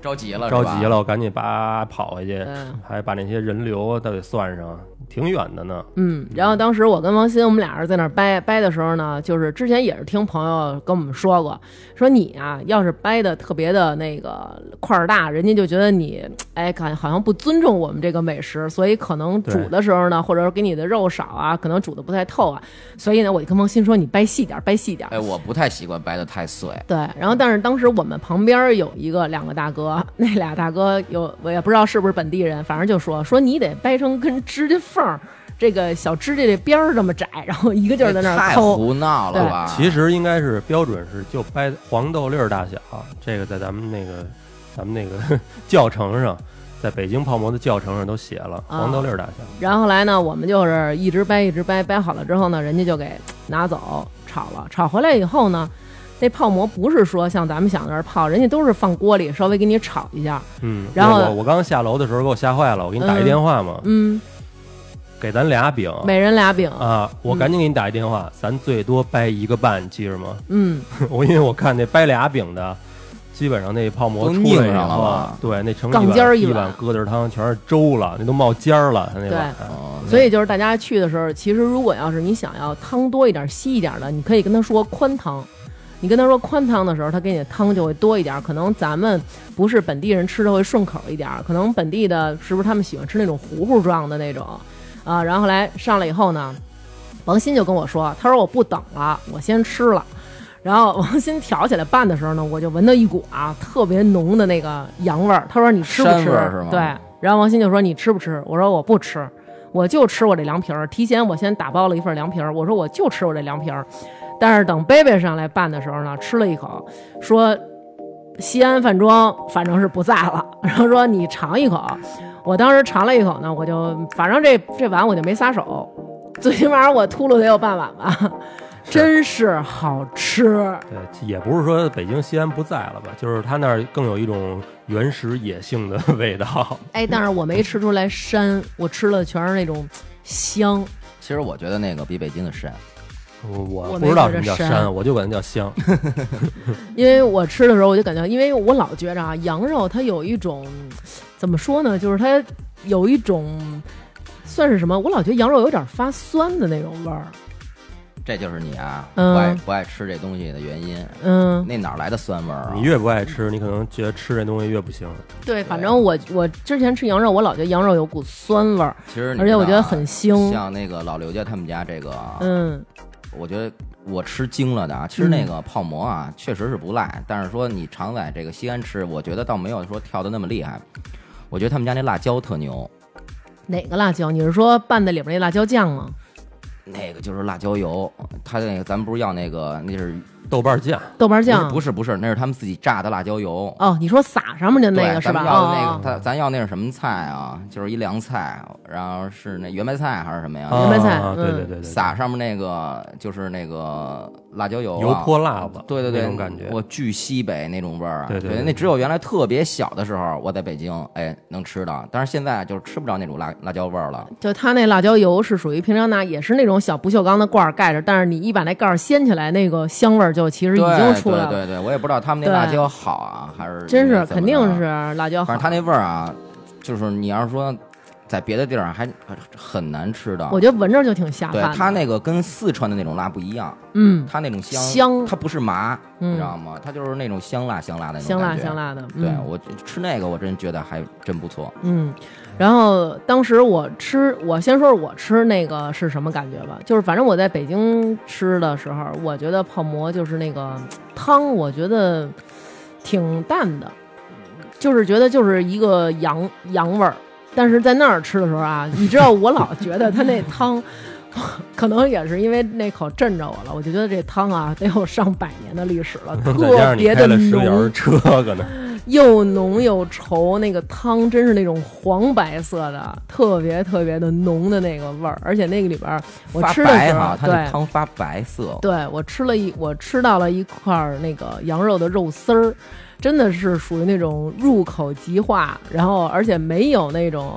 S2: 着急了，
S4: 着
S2: 是吧
S4: 急了，。我赶紧叭跑回去，
S3: 嗯
S4: 还把那些人流啊都得算上，挺远的呢。
S3: 嗯，然后当时我跟王鑫，我们俩人在那儿掰掰的时候呢，就是之前也是听朋友跟我们说过，说你啊，要是掰的特别的那个块儿大，人家就觉得你哎，感好像不尊重我们这个美食，所以可能
S4: 对
S3: 煮的时候呢，或者说给你的肉少啊，可能煮的不太透啊，所以呢，我就跟王鑫说，你掰细点儿，掰细点儿。
S2: 哎，我不太习惯掰的太碎，
S3: 对，然后但是当时我们旁边儿有一个两个大哥， 那俩大哥有我也不知道是不是本地人，反正就说说你得掰成跟指甲缝儿这个小指甲这边儿这么窄，然后一个劲儿在那
S2: 哎太
S3: 儿抠。
S2: 胡闹了
S3: 对
S2: 吧？
S4: 其实应该是标准是就掰黄豆粒儿大小，这个在咱们那个咱们那个 教程上，在北京泡馍的教程上都写了
S3: 啊
S4: 黄豆粒儿大小。
S3: 然后后来呢，我们就是一直掰一直掰，掰好了之后呢，人家就给拿走炒了，炒回来以后呢。那泡馍不是说像咱们想的那儿泡，人家都是放锅里稍微给你炒一下，
S4: 嗯，
S3: 然后
S4: 我我我刚下楼的时候给我吓坏了，我给你打一
S3: 嗯
S4: 电话嘛，
S3: 嗯，
S4: 给咱俩饼
S3: 每人俩饼，
S4: 哦啊，我赶紧给你打一电话，咱最多掰一个半，记着吗？
S3: 嗯，
S4: 我因为我看那掰俩饼的，基本上那泡馍
S2: 都
S4: 出来
S2: 拧
S4: 以
S2: 上了
S4: 后啊
S2: 吧，
S4: 对，那成
S3: 杠尖儿一
S4: 一碗
S3: 碗
S4: 碗疙瘩汤全是粥了，那都冒尖儿了，它那
S3: 对
S4: 碗。
S2: 哦，
S3: 所以就是大家去的时候，其实如果要是你想要汤多一点、稀一点的，你可以跟他说宽汤。你跟他说宽汤的时候，他给你的汤就会多一点。可能咱们不是本地人吃的会顺口一点，可能本地的是不是他们喜欢吃那种糊糊状的那种啊？然后后来上来以后呢，王鑫就跟我说，他说我不等了，我先吃了。然后王鑫挑起来拌的时候呢，我就闻到一股啊特别浓的那个羊味儿。他说你吃不
S2: 膻
S3: 吃？
S2: 味儿是吗
S3: 对。然后王鑫就说你吃不吃？我说我不吃，我就吃我这凉皮儿。提前我先打包了一份凉皮儿，我说我就吃我这凉皮儿。但是等贝贝上来拌的时候呢，吃了一口，说西安饭庄反正是不在了，然后说你尝一口。我当时尝了一口呢，我就反正这这碗我就没撒手，最起码我秃噜得有半碗吧，真是好吃。
S4: 对，哎也不是说北京西安不在了吧，就是它那儿更有一种原始野性的 味道。
S3: 哎，但是我没吃出来膻，我吃了全是那种香。
S2: 其实我觉得那个比北京的啊深，
S4: 我
S3: 我
S4: 不知道
S3: 没
S4: 什
S3: 觉
S4: 么
S3: 着
S4: 叫
S3: 膻
S4: 膻，我就管它叫香。
S3: 因为我吃的时候，我就感觉，因为我老觉着啊，羊肉它有一种怎么说呢，就是它有一种算是什么，我老觉得羊肉有点发酸的那种味儿。
S2: 这就是你啊，不
S3: 嗯
S2: 爱不爱吃这东西的原因。
S3: 嗯，
S2: 那哪儿来的酸味儿啊？
S4: 你越不爱吃，你可能觉得吃这东西越不行。
S3: 对，反正我我之前吃羊肉，我老觉得羊肉有股酸味儿，
S2: 其实你
S3: 而且我
S2: 知
S3: 觉
S2: 道
S3: 得
S2: 啊
S3: 很腥。
S2: 像那个老刘家他们家这个，啊
S3: 嗯
S2: 我觉得我吃惊了的啊。其实那个泡馍啊，确实是不赖，但是说你常在这个西安吃，我觉得倒没有说跳的那么厉害。我觉得他们家那辣椒特牛，
S3: 哪个辣椒？你是说拌在里边那辣椒酱吗？
S2: 那个就是辣椒油，他那个咱们不是要那个那是
S4: 豆瓣酱，
S3: 豆瓣
S2: 不是
S3: 酱？
S2: 不是不是，那是他们自己榨的辣椒油。
S3: 哦，你说撒上面的那
S2: 对
S3: 个是吧？
S2: 咱们要的那
S3: 哦
S2: 个，，他咱要那是什么菜啊？就是一凉菜，然后是那圆白菜还是什么呀？
S4: 啊
S3: 白菜
S4: 啊
S3: 嗯
S4: 对对对对，对
S2: 撒上面那个就是那个辣椒油、啊，
S4: 油泼辣子，
S2: 对对对，
S4: 那种感觉。
S2: 我巨西北那种味儿啊，
S4: 对对对
S2: 那只有原来特别小的时候，我在北京，哎，能吃到，但是现在就是吃不着那种辣辣椒味儿了。
S3: 就它那辣椒油是属于平常拿，也是那种小不锈钢的罐儿盖着，但是你一把那盖儿掀起来，那个香味儿就其实
S2: 对
S3: 已经出来了。
S2: 对对对，我也不知道他们那
S3: 对
S2: 辣椒好啊，还是
S3: 真是
S2: 怎
S3: 肯
S2: 么
S3: 定
S2: 着啊
S3: 是，辣椒好
S2: 反正。他那味儿啊，就是你要是说在别的地儿还很难吃的。
S3: 我觉得闻着就挺下
S2: 对
S3: 饭的。
S2: 它那个跟四川的那种辣不一样，
S3: 嗯
S2: 它那种香，
S3: 香
S2: 它不是麻，
S3: 嗯
S2: 你知道吗？它就是那种香辣香辣的那种
S3: 香辣
S2: 感觉
S3: 香。辣的，嗯、
S2: 对我吃那个，我真觉得还真不错。
S3: 嗯，然后当时我吃，我先说说我吃那个是什么感觉吧，就是反正我在北京吃的时候，我觉得泡馍就是那个嘖汤，我觉得挺淡的，就是觉得就是一个羊羊味儿。但是在那儿吃的时候啊，你知道我老觉得它那汤， 可能也是因为那口镇着我了，我就觉得这汤啊得有上百年的历史了，
S4: 再加
S3: 特
S4: 上你
S3: 别
S4: 开
S3: 的
S4: 了十个小
S3: 浓
S4: 时车，可能
S3: 又浓又稠，那个汤真是那种黄白色的，特别特别的浓的那个味儿，而且那个里边儿我
S2: 发
S3: 吃的
S2: 白
S3: 时
S2: 哈
S3: 候，，
S2: 它那
S3: 对
S2: 汤发白色，
S3: 对，我吃了一我吃到了一块儿那个羊肉的肉丝儿，真的是属于那种入口即化，然后而且没有那种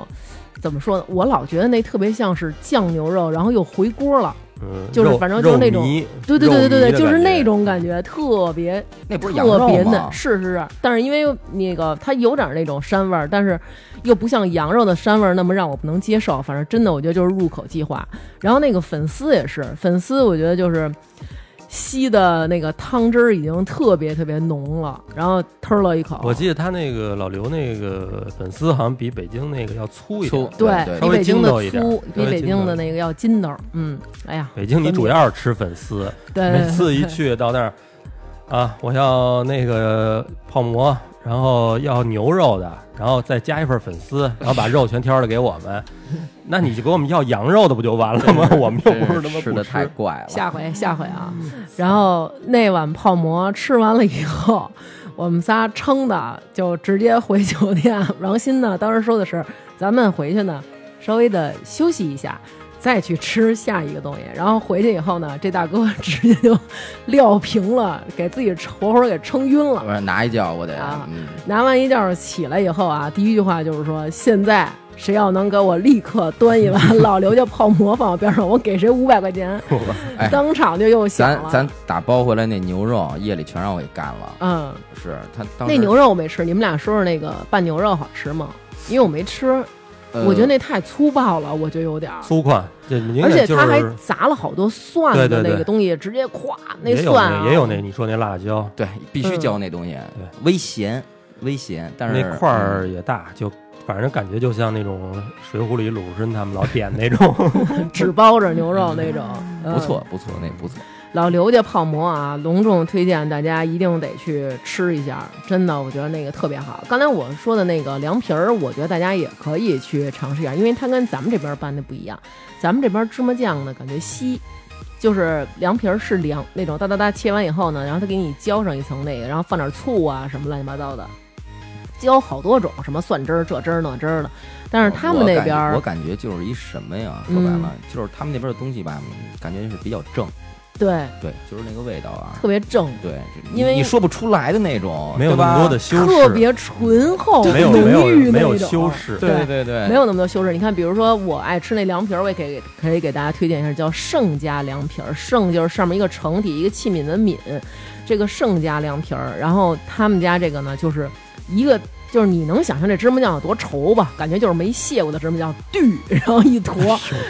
S3: 怎么说呢，我老觉得那特别像是酱牛肉，然后又回锅了。
S4: 嗯，
S3: 就是
S4: 肉
S3: 反正就是那种
S4: 肉泥
S3: 对对对对对
S4: 肉泥
S3: 对，
S4: 的
S3: 就是
S4: 感觉
S3: 那种感觉，特别
S2: 那不是羊
S3: 特
S2: 肉
S3: 别
S2: 吗
S3: 嫩，？是是是。但是因为那个它有点那种膻味儿，但是又不像羊肉的膻味儿那么让我不能接受。反正真的，我觉得就是入口即化。然后那个粉丝也是，粉丝我觉得就是吸的那个汤汁儿已经特别特别浓了，然后吞了一口，
S4: 我记得他那个老刘那个粉丝好像比北京那个要粗一点
S2: 粗，对
S3: 对，
S4: 稍
S3: 比
S4: 微
S3: 北京
S4: 筋
S3: 的
S4: 道一点
S3: 粗，
S4: 稍
S3: 比
S4: 微
S3: 北
S4: 筋
S3: 京
S4: 道
S3: 的
S4: 一
S3: 那个要筋道儿。嗯，哎呀，
S4: 北京你
S3: 分
S4: 主
S3: 别
S4: 要是吃 粉丝，
S3: 对
S4: 每次一去到那儿，啊，我要那个泡馍，然后要牛肉的，然后再加一份粉丝，然后把肉全挑出来给我们。那你就给我们要羊肉的不就完了吗？我们又
S2: 真
S4: 不是他妈
S2: 吃
S4: 不
S2: 的太
S4: 吃。
S2: 怪了。
S3: 下回下回啊，然后那碗泡馍吃完了以后，我们仨撑的就直接回酒店。王鑫呢，当时说的是咱们回去呢，稍微的休息一下，再去吃下一个东西。然后回去以后呢，这大哥直接就撂平了，给自己活活给撑晕了。
S2: 我说拿一觉，我得
S3: 啊
S2: 嗯，
S3: 拿完一觉起来以后啊，第一句话就是说：“现在谁要能给我立刻端一碗老刘家泡馍放我边上，我给谁五百块 钱。
S2: 哎
S3: 当场就又想
S2: 咱
S3: 了。
S2: 咱打包回来那牛肉，夜里全让我给干了。
S3: 嗯，
S2: 是他当时
S3: 那牛，肉我没吃，你们俩说说那个拌牛肉好吃吗？因为我没吃，
S2: 呃
S3: 我觉得那太粗暴了，我就有点儿。
S4: 粗犷，这明
S3: 而且
S4: 显就
S3: 他还
S4: 是
S3: 砸了好多蒜的
S4: 对对对
S3: 那个东西，直接咵，那
S4: 也有
S3: 蒜啊
S4: 那也有那你说那辣椒，
S2: 对必
S3: 嗯
S2: 须浇那东西，
S4: 对
S2: 微咸微咸，但是
S4: 那块儿也大，就反正感觉就像那种《水浒》里鲁智深他们老点那种。
S3: 纸包着牛肉那种，
S2: 嗯
S3: 嗯
S2: 不错不错，那不错。
S3: 老刘家泡馍啊，隆重推荐大家一定得去吃一下，真的，我觉得那个特别好。刚才我说的那个凉皮儿，我觉得大家也可以去尝试一下，因为它跟咱们这边拌的不一样。咱们这边芝麻酱呢，感觉稀，就是凉皮儿是凉那种，哒哒哒切完以后呢，然后它给你浇上一层那个，然后放点醋啊什么乱七八糟的，浇好多种，什么蒜汁儿、这汁儿那汁儿的。但是他们那边
S2: 我
S3: 儿，
S2: 感
S3: 嗯
S2: 觉，我感觉就是一什么呀？说白了，就是他们那边的东西吧，感觉是比较正，
S3: 对，
S2: 对，就是那个味道啊
S3: 特，别正，
S2: 对，
S3: 因为
S2: 你你说不出来的那种，
S4: 没有
S2: 对
S4: 那
S2: 吧
S4: 么多的，修饰，
S3: 特别醇厚、浓
S4: 没有没有
S3: 郁那种。
S4: 没有修饰，
S2: 对对对，
S3: 没有那么多修饰。你看，比如说我爱吃那凉皮儿，我也给可以给大家推荐一下，叫盛家凉皮儿。盛就是上面一个盛底，一个器皿的皿，这个盛家凉皮儿。然后他们家这个呢，就是一个。就是你能想象这芝麻酱有多稠吧？感觉就是没卸过的芝麻酱，嘟，然后一坨，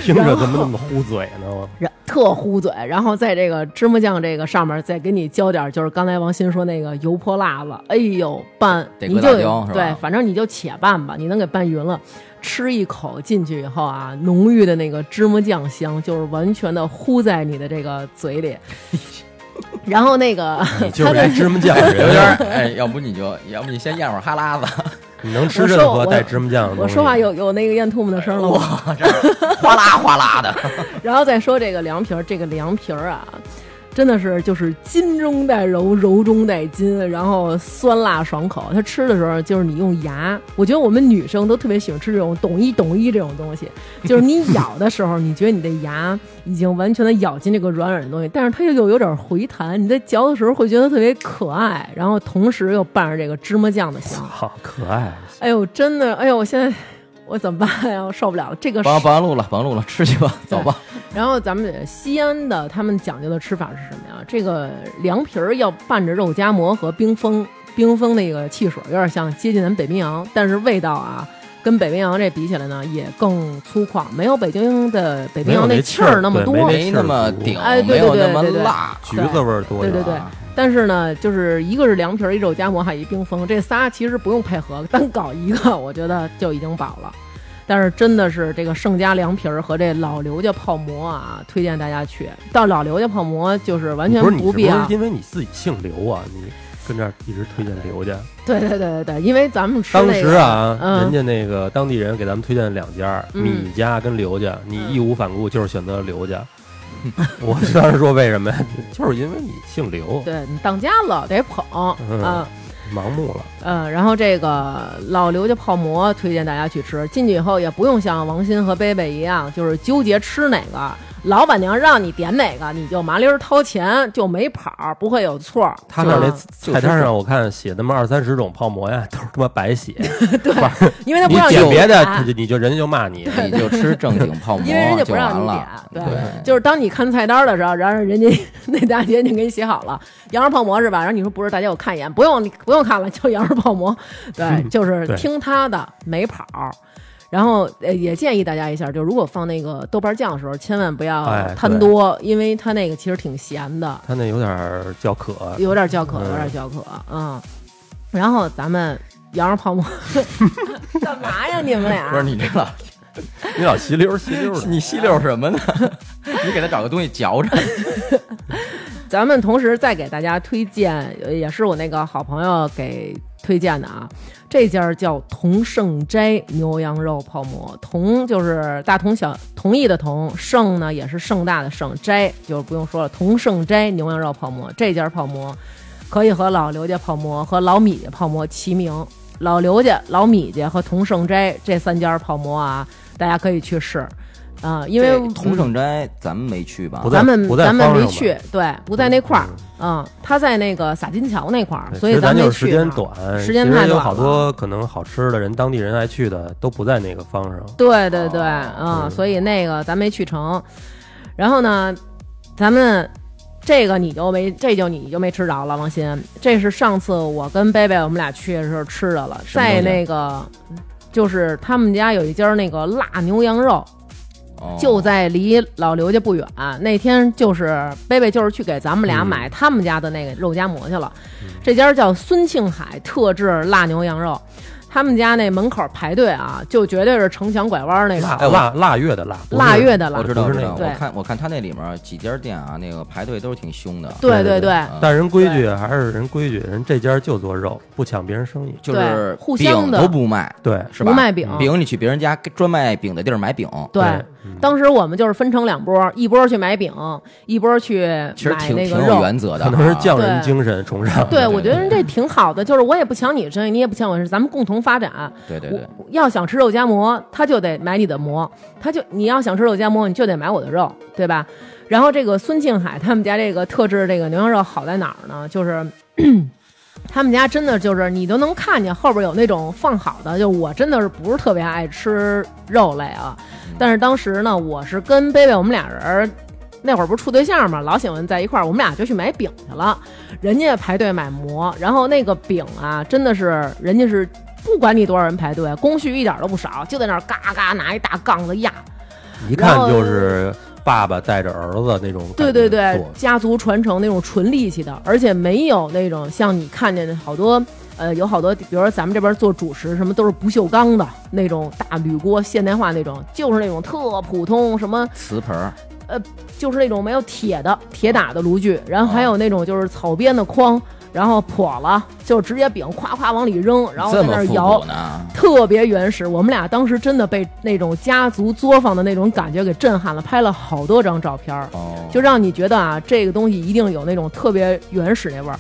S4: 听
S3: 然
S4: 着
S3: 后
S4: 怎么那么糊嘴呢？
S3: 然特糊嘴，然后在这个芝麻酱这个上面再给你浇点儿，就是刚才王鑫说那个油泼辣子，哎呦拌，
S2: 得
S3: 你
S2: 搁
S3: 就
S2: 辣椒是吧
S3: 对，反正你就且拌吧，你能给拌匀了，吃一口进去以后啊，浓郁的那个芝麻酱香就是完全的糊在你的这个嘴 里，然后那个
S4: 你就
S3: 他的
S4: 是来芝麻酱的
S2: 有点儿
S4: 人，
S2: 哎，要不你就，要不你先咽会儿哈喇子，
S4: 你能吃任何带芝麻酱
S2: 啊
S4: 的东西。
S3: 我说话有有那个咽吐沫的声了吗？
S2: 哗啦哗啦 的，
S3: 然后再说这个凉皮儿，这个凉皮儿啊，真的是就是筋中带柔，柔中带筋，然后酸辣爽口。它吃的时候就是你用牙，我觉得我们女生都特别喜欢吃这种懂一懂一这种东西，就是你咬的时候，你觉得你的牙已经完全的咬进这个软软的东西，但是它又有点回弹，你在嚼的时候会觉得特别可爱，然后同时又伴着这个芝麻酱的香。
S4: 好可爱，
S3: 哎呦，真的，哎呦，我现在我怎么办 呀？我受不了了，这个
S2: 甭甭录了，甭录了，吃去吧，走吧。
S3: 然后咱们西安的他们讲究的吃法是什么呀？这个凉皮儿要拌着肉夹馍和冰峰，冰峰那个汽水有点像接近咱北冰洋，但是味道啊，跟北冰洋这比起来呢，也更粗犷，没有北京的北冰洋
S4: 没有那
S3: 气儿那么
S4: 气儿
S3: 多
S4: 对。
S2: 没那么顶，
S3: 哎对
S2: 没
S3: 对
S2: 有
S3: 对
S2: 那么
S3: 对对
S2: 辣，啊
S4: 橘子味儿多一
S3: 对对
S4: 点。
S3: 对，但是呢，就是一个是凉皮儿，一肉夹馍，还有一冰峰，这仨其实不用配合，单搞一个，我觉得就已经饱了。但是真的是这个盛家凉皮儿和这老刘家泡馍啊，推荐大家去。到老刘家泡馍就是完全
S4: 不是你是不
S3: 必
S4: 是
S3: 啊，
S4: 因为你自己姓刘啊？你跟这儿一直推荐刘家。
S3: 对对对对对，因为咱们吃
S4: 当
S3: 那
S4: 时
S3: 个，
S4: 啊，
S3: 嗯
S4: 人家那个当地人给咱们推荐两家，
S3: 嗯
S4: 米家跟刘家，你义无反顾就是选择了刘家。嗯 我当时说为什么呀？ 就是因为你姓刘，
S3: 对你当家了得捧啊。
S4: 嗯盲目了。
S3: 嗯，然后这个老刘家泡馍推荐大家去吃，进去以后也不用像王鑫和贝贝一样，就是纠结吃哪个，老板娘让你点哪个，你就麻利儿掏钱，就没跑，不会有错儿。
S4: 他那儿那
S3: 啊
S4: 菜单上我看写他妈二三十种泡馍呀，都是他妈 白写，
S3: 因为他不
S4: 你
S3: 让
S4: 点
S3: 你
S4: 别的
S3: 点啊
S4: 你就你就人家就骂你，
S2: 你就吃正经泡馍
S3: 因为人家
S2: 就
S3: 不让
S2: 完
S3: 你
S2: 了。
S3: 点，就是当你看菜单的时候，然后人家那大姐已经给你写好了羊肉泡馍是吧？然后你说不是，大姐我看一眼，不用你不用看了，就羊肉泡馍。对， 就是
S4: 对
S3: 听她的没跑。然后呃，也建议大家一下，就如果放那个豆瓣酱的时候，千万不要
S4: 哎对
S3: 贪多，因为它那个其实挺咸的，
S4: 他那有点儿叫渴，
S3: 有点叫渴，
S4: 嗯
S3: 有点叫渴，嗯。然后咱们羊肉泡馍 干嘛呀？你们俩
S2: 不是你这老
S4: 你老吸溜儿吸溜儿的，
S2: 你吸溜什么呢？ 你给他找个东西嚼着。
S3: 咱们同时再给大家推荐，呃也是我那个好朋友给推荐的啊。这家叫同盛斋牛羊肉泡馍，同就是大同小同意的同，盛呢也是盛大的盛，斋就是不用说了。同盛斋牛羊肉泡馍这家泡馍，可以和老刘家泡馍和老米家泡馍齐名。老刘家、老米家和同盛斋这三家泡馍啊，大家可以去试啊、因为
S2: 这同盛斋咱们没去吧
S4: 不？在
S3: 咱们
S4: 不在
S3: 咱们
S4: 方
S3: 没
S4: 上吧
S3: 去，对，不在那块儿，嗯，他在那个洒金桥那块儿，
S4: 对
S3: 所
S4: 其
S3: 以
S4: 实咱
S3: 没
S4: 就是
S3: 去
S4: 时
S3: 啊。
S4: 间短，
S3: 时间
S4: 其实
S3: 太短
S4: 有好
S3: 了
S4: 多可能好吃的人，当地人爱去的都不在那个方上。
S3: 对对对，
S2: 哦
S3: 嗯，所以那个咱没去成。然后呢，咱们这个你就没，这就你就没吃着了，王鑫。这是上次我跟贝贝我们俩去的时候吃的了，
S2: 什么东
S3: 在
S4: 啊
S2: 西
S3: 那个就是他们家有一家那个辣牛羊肉，
S2: 哦
S3: 就在离老刘家不远。那天就是贝贝，就是去给咱们俩
S4: 嗯
S3: 买他们家的那个肉夹馍去了。
S2: 嗯
S3: 这家叫孙庆海特制辣牛羊肉，他们家那门口排队啊，就绝对是城墙拐弯那
S4: 腊
S3: 个
S2: 哎我
S4: 腊腊月的腊，不是
S3: 腊月的辣
S2: 我。知道，
S4: 不
S2: 我
S4: 是
S2: 知
S4: 那
S2: 道。
S3: 个
S2: 我看我看他那里面几家店啊，那个排队都是挺凶的。
S3: 对对
S4: 对对
S3: 对，
S2: 嗯
S4: 但人规矩还是人规矩，人这家就做肉，不抢别人生意。
S2: 就是
S3: 对互相
S2: 饼
S3: 的
S2: 都不卖，
S4: 对，
S2: 是
S3: 不
S2: 吧？
S3: 卖饼。
S2: 饼你去别人家专卖饼的地儿买饼，
S3: 对，
S4: 嗯
S3: 当时我们就是分成两波，一波去买饼，一波去
S2: 其实
S3: 买
S2: 挺
S3: 那
S2: 挺
S3: 个
S2: 有
S3: 肉。
S2: 原则的
S4: 可
S2: 啊，
S4: 能是匠人
S3: 对
S4: 精神崇尚。
S3: 对，
S2: 对
S3: 我觉得
S2: 对
S3: 这挺好的，就是我也不抢你的生意，你也不抢我的，咱们共同发展。
S2: 对对
S3: 我
S2: 对，
S3: 要想吃肉夹馍，他就得买你的馍，他就你要想吃肉夹馍，你就得买我的肉，对吧？然后这个孙庆海他们家这个特制这个牛羊肉好在哪儿呢？就是 他们家真的就是你都能看见后边有那种放好的，就我真的是不是特别爱吃肉类啊，
S2: 嗯
S3: 但是当时呢，我是跟贝贝我们俩人儿那会儿不是处对象嘛，老喜欢在一块儿，我们俩就去买饼去了。人家排队买馍，然后那个饼啊，真的是人家是不管你多少人排队，工序一点都不少，就在那儿嘎嘎拿一大杠子压。
S4: 一看就是爸爸带着儿子那种。
S3: 对对对，家族传承那种纯力气的，而且没有那种像你看见的好多。呃，有好多，比如说咱们这边做主食，什么都是不锈钢的那种大铝锅，现代化那种，就是那种特普通，什么
S2: 瓷盆儿，
S3: 就是那种没有铁的铁打的炉具，然后还有那种就是草编的筐，然后破了就直接饼夸夸往里扔，然后在
S2: 这
S3: 那
S2: 么
S3: 儿
S2: 复
S3: 摇
S2: 古，呢？
S3: 特别原始。我们俩当时真的被那种家族作坊的那种感觉给震撼了，拍了好多张照片儿。
S2: 哦，
S3: 就让你觉得啊，这个东西一定有那种特别原始那味儿。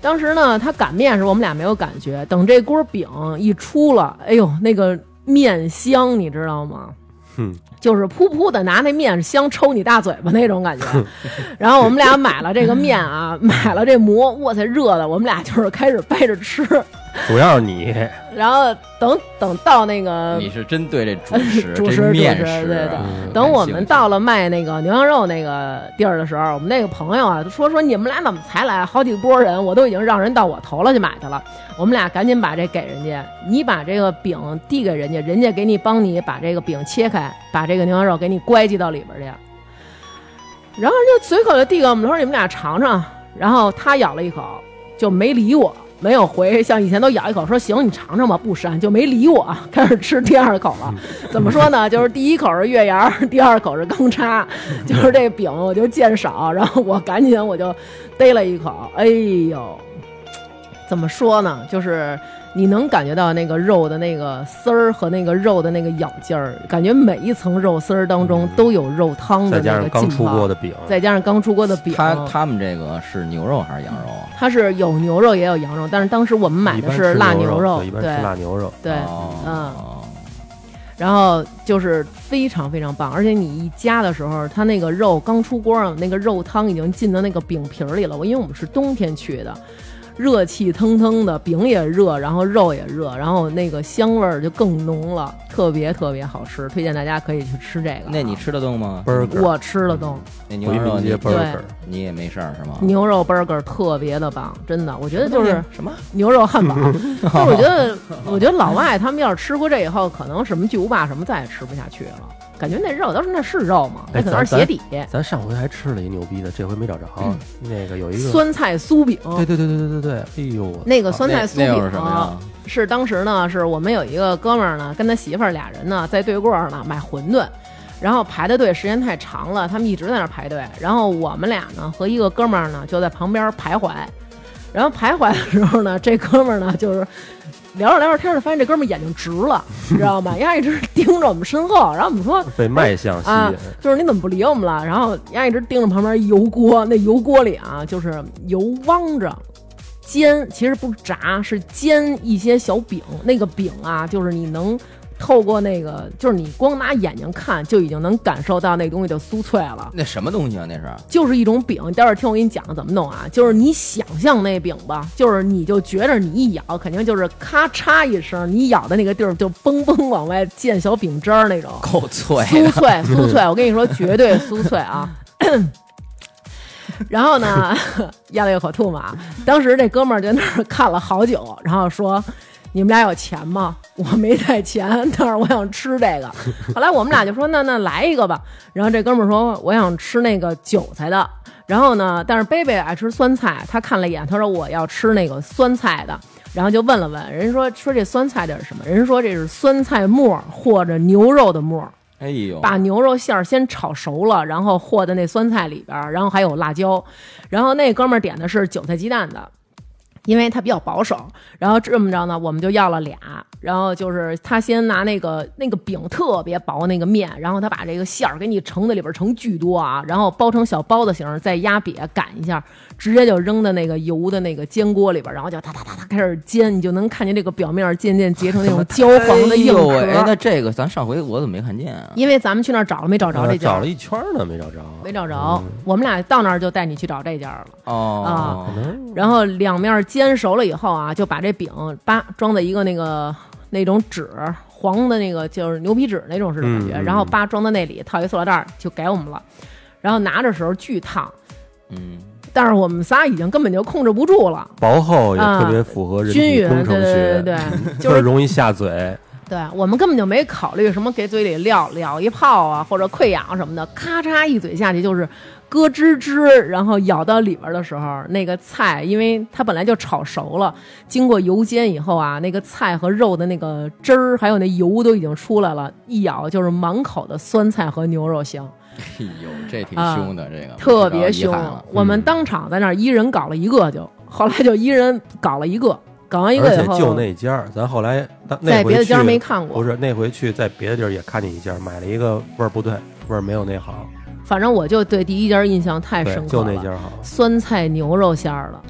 S3: 当时呢，他擀面时候我们俩没有感觉，等这锅饼一出了，哎呦，那个面香你知道吗？
S4: 嗯，
S3: 就是噗噗的拿那面香抽你大嘴巴那种感觉。然后我们俩买了这个面啊，买了这馍，哇塞，热的，我们俩就是开始掰着吃。
S4: 主要是你
S3: 然后等等到那个
S2: 你是真对这主食、
S3: 主食
S2: 这面食
S3: 主食
S2: 啊，
S3: 对对
S2: 嗯
S3: 等我们到了卖那个牛羊肉那个地儿的时候，我们那个朋友啊，就说说你们俩怎么才来？好几波人，我都已经让人到我头了去买去了。我们俩赶紧把这给人家，你把这个饼递给人家，人家给你帮你把这个饼切开，把这个牛羊肉给你乖叽到里边去。然后人家随口就递给我们，说你们俩尝尝。然后他咬了一口，就没理我，没有回，像以前都咬一口说行，你尝尝吧，不删，就没理我，开始吃第二口了。怎么说呢？就是第一口是月牙儿，第二口是钢叉，就是这饼我就见少，然后我赶紧我就逮了一口，哎呦，怎么说呢？就是你能感觉到那个肉的那个丝儿和那个肉的那个咬劲儿，感觉每一层肉丝儿当中都有肉汤的
S4: 嗯再加
S3: 那
S4: 上
S3: 个
S4: 刚
S3: 劲
S4: 出
S3: 道
S4: 锅，的饼，
S3: 再加上刚出锅的饼，
S2: 他他们这个是牛肉还是羊肉啊？
S3: 它是有牛肉也有羊肉，但是当时我们买
S4: 一
S3: 的
S4: 般
S3: 是
S4: 吃
S3: 辣
S4: 牛
S3: 肉，
S4: 对一般
S3: 对
S4: 吃腊牛肉。
S3: 对，嗯
S2: 哦，
S3: 然后就是非常非常棒，而且你一夹的时候，它那个肉刚出锅啊，那个肉汤已经进到那个饼皮儿里了。我因为我们是冬天去的，热气腾腾的，饼也热，然后肉也热，然后那个香味儿就更浓了，特别特别好吃，推荐大家可以去吃这个啊。
S2: 那你吃得动吗？
S4: burger，
S3: 我吃了都
S2: 那牛
S4: 回
S2: 肉
S4: 民
S2: 你
S4: 街
S3: 对
S4: burger，
S2: 你也没事儿是吗？
S3: 牛肉 burger 特别的棒，真的，我觉得就是
S2: 什么？
S3: 牛肉汉 堡。但我觉得，我觉得老外他们要是吃过这以后，可能什么巨无霸什么再也吃不下去了，感觉那肉都是那是肉吗？那
S4: 哎
S3: 可能是
S4: 咱
S3: 鞋底。
S4: 咱上回还吃了一牛逼的，这回没找着。那个有一个，
S3: 嗯酸菜酥饼，
S4: 对对对对对对对，哎呦，
S3: 那个酸
S2: 啊
S3: 菜
S2: 那
S3: 酥
S2: 那
S3: 饼啊
S2: 又是什么呀？
S3: 是当时呢，是我们有一个哥们儿呢，跟他媳妇儿俩人呢在对过儿呢买馄饨，然后排的队时间太长了，他们一直在那儿排队，然后我们俩呢和一个哥们儿呢就在旁边徘徊，然后徘徊的时候呢，这哥们儿呢就是。聊着聊着天儿，就发现这哥们儿眼睛直了，你知道吗？丫一直盯着我们身后，然后我们说
S4: 被卖相吸
S3: 啊
S4: 引，，
S3: 就是你怎么不理我们了？然后丫一直盯着旁边油锅，那油锅里啊，就是油汪着。煎其实不炸，是煎一些小饼。那个饼啊，就是你能透过那个，就是你光拿眼睛看就已经能感受到那东西的酥脆了。
S2: 那什么东西啊？那是
S3: 就是一种饼，你待会儿听我给你讲怎么弄啊。就是你想象那饼吧，就是你就觉着你一咬，肯定就是咔嚓一声，你咬的那个地儿就嘣嘣往外溅小饼汁儿那种。
S2: 够脆啊
S3: 酥
S2: 的，
S3: 脆酥脆，我跟你说，绝对酥脆啊！ 然后呢，咽了一口吐沫啊。当时这哥们儿在那儿看了好久，然后说：“你们俩有钱吗？我没带钱，但是我想吃这个。”后来我们俩就说：“那那来一个吧。”然后这哥们儿说：“我想吃那个韭菜的。”然后呢，但是贝贝爱吃酸菜，他看了一眼，他说：“我要吃那个酸菜的。”然后就问了问，人家说说这酸菜这是什么？人家说这是酸菜末儿或者牛肉的末儿。
S2: 哎呦，
S3: 把牛肉馅儿先炒熟了，然后和在那酸菜里边，儿，然后还有辣椒，然后那哥们儿点的是韭菜鸡蛋的。因为他比较保守，然后这么着呢，我们就要了俩，然后就是他先拿那个那个饼特别薄那个面，然后他把这个馅儿给你盛在里边儿盛巨多啊，然后包成小包子形儿，再压瘪擀一下，直接就扔到那个油的那个煎锅里边儿，然后就哒哒哒哒开始煎，你就能看见这个表面儿渐渐结成 那种焦黄
S2: 哎
S3: 的硬
S2: 呦
S3: 壳
S2: 喂，哎
S3: 儿。
S2: 那这个咱上回我怎么没看见啊？
S3: 因为咱们去那儿找了没找着这
S4: 呃
S3: 家儿，
S4: 找了一圈呢没找着，
S3: 没找着。我们俩到那儿就带你去找这家了。
S2: 哦，
S3: 然后两面煎熟了以后啊，就把这饼叭装在一个那个那种纸黄的那个就是牛皮纸那种似的感觉，
S4: 嗯嗯嗯
S3: 然后叭装在那里，套一塑料袋儿就给我们了。然后拿着时候巨烫，
S2: 嗯，
S3: 但是我们仨已经根本就控制不住了，
S4: 薄厚也
S3: 啊
S4: 特别符合人
S3: 均
S4: 体
S3: 匀，
S4: 工
S3: 对
S4: 程
S3: 对对
S4: 学，
S3: 对， 就
S4: 特
S3: 是
S4: 容易下嘴，
S3: 对我们根本就没考虑什么给嘴里撂撂一炮啊，或者溃疡什么的，咔嚓一嘴下去就是咯吱吱，然后咬到里边的时候，那个菜因为它本来就炒熟了，经过油煎以后啊，那个菜和肉的那个汁儿还有那油都已经出来了，一咬就是满口的酸菜和牛肉香，
S2: 哎呦，这挺
S3: 啊
S2: 凶的，这个
S3: 特别
S2: 知道
S3: 凶
S2: 遗憾了。
S3: 我
S4: 嗯
S3: 们当场在那儿一人搞了一个就，后来就一人搞了一个，搞 完一
S4: 而
S3: 个
S4: 且
S3: 以后，
S4: 就那家儿，咱后来那那
S3: 在
S4: 回
S3: 别的家儿
S4: 去
S3: 没看过
S4: 不。是那回去在别的地儿也看见一家儿，买了一个味儿不对，味儿没有那好，
S3: 反正我就对第一家印象太
S4: 对
S3: 深刻了，，
S4: 就那家儿好。
S3: 酸菜牛肉馅儿的，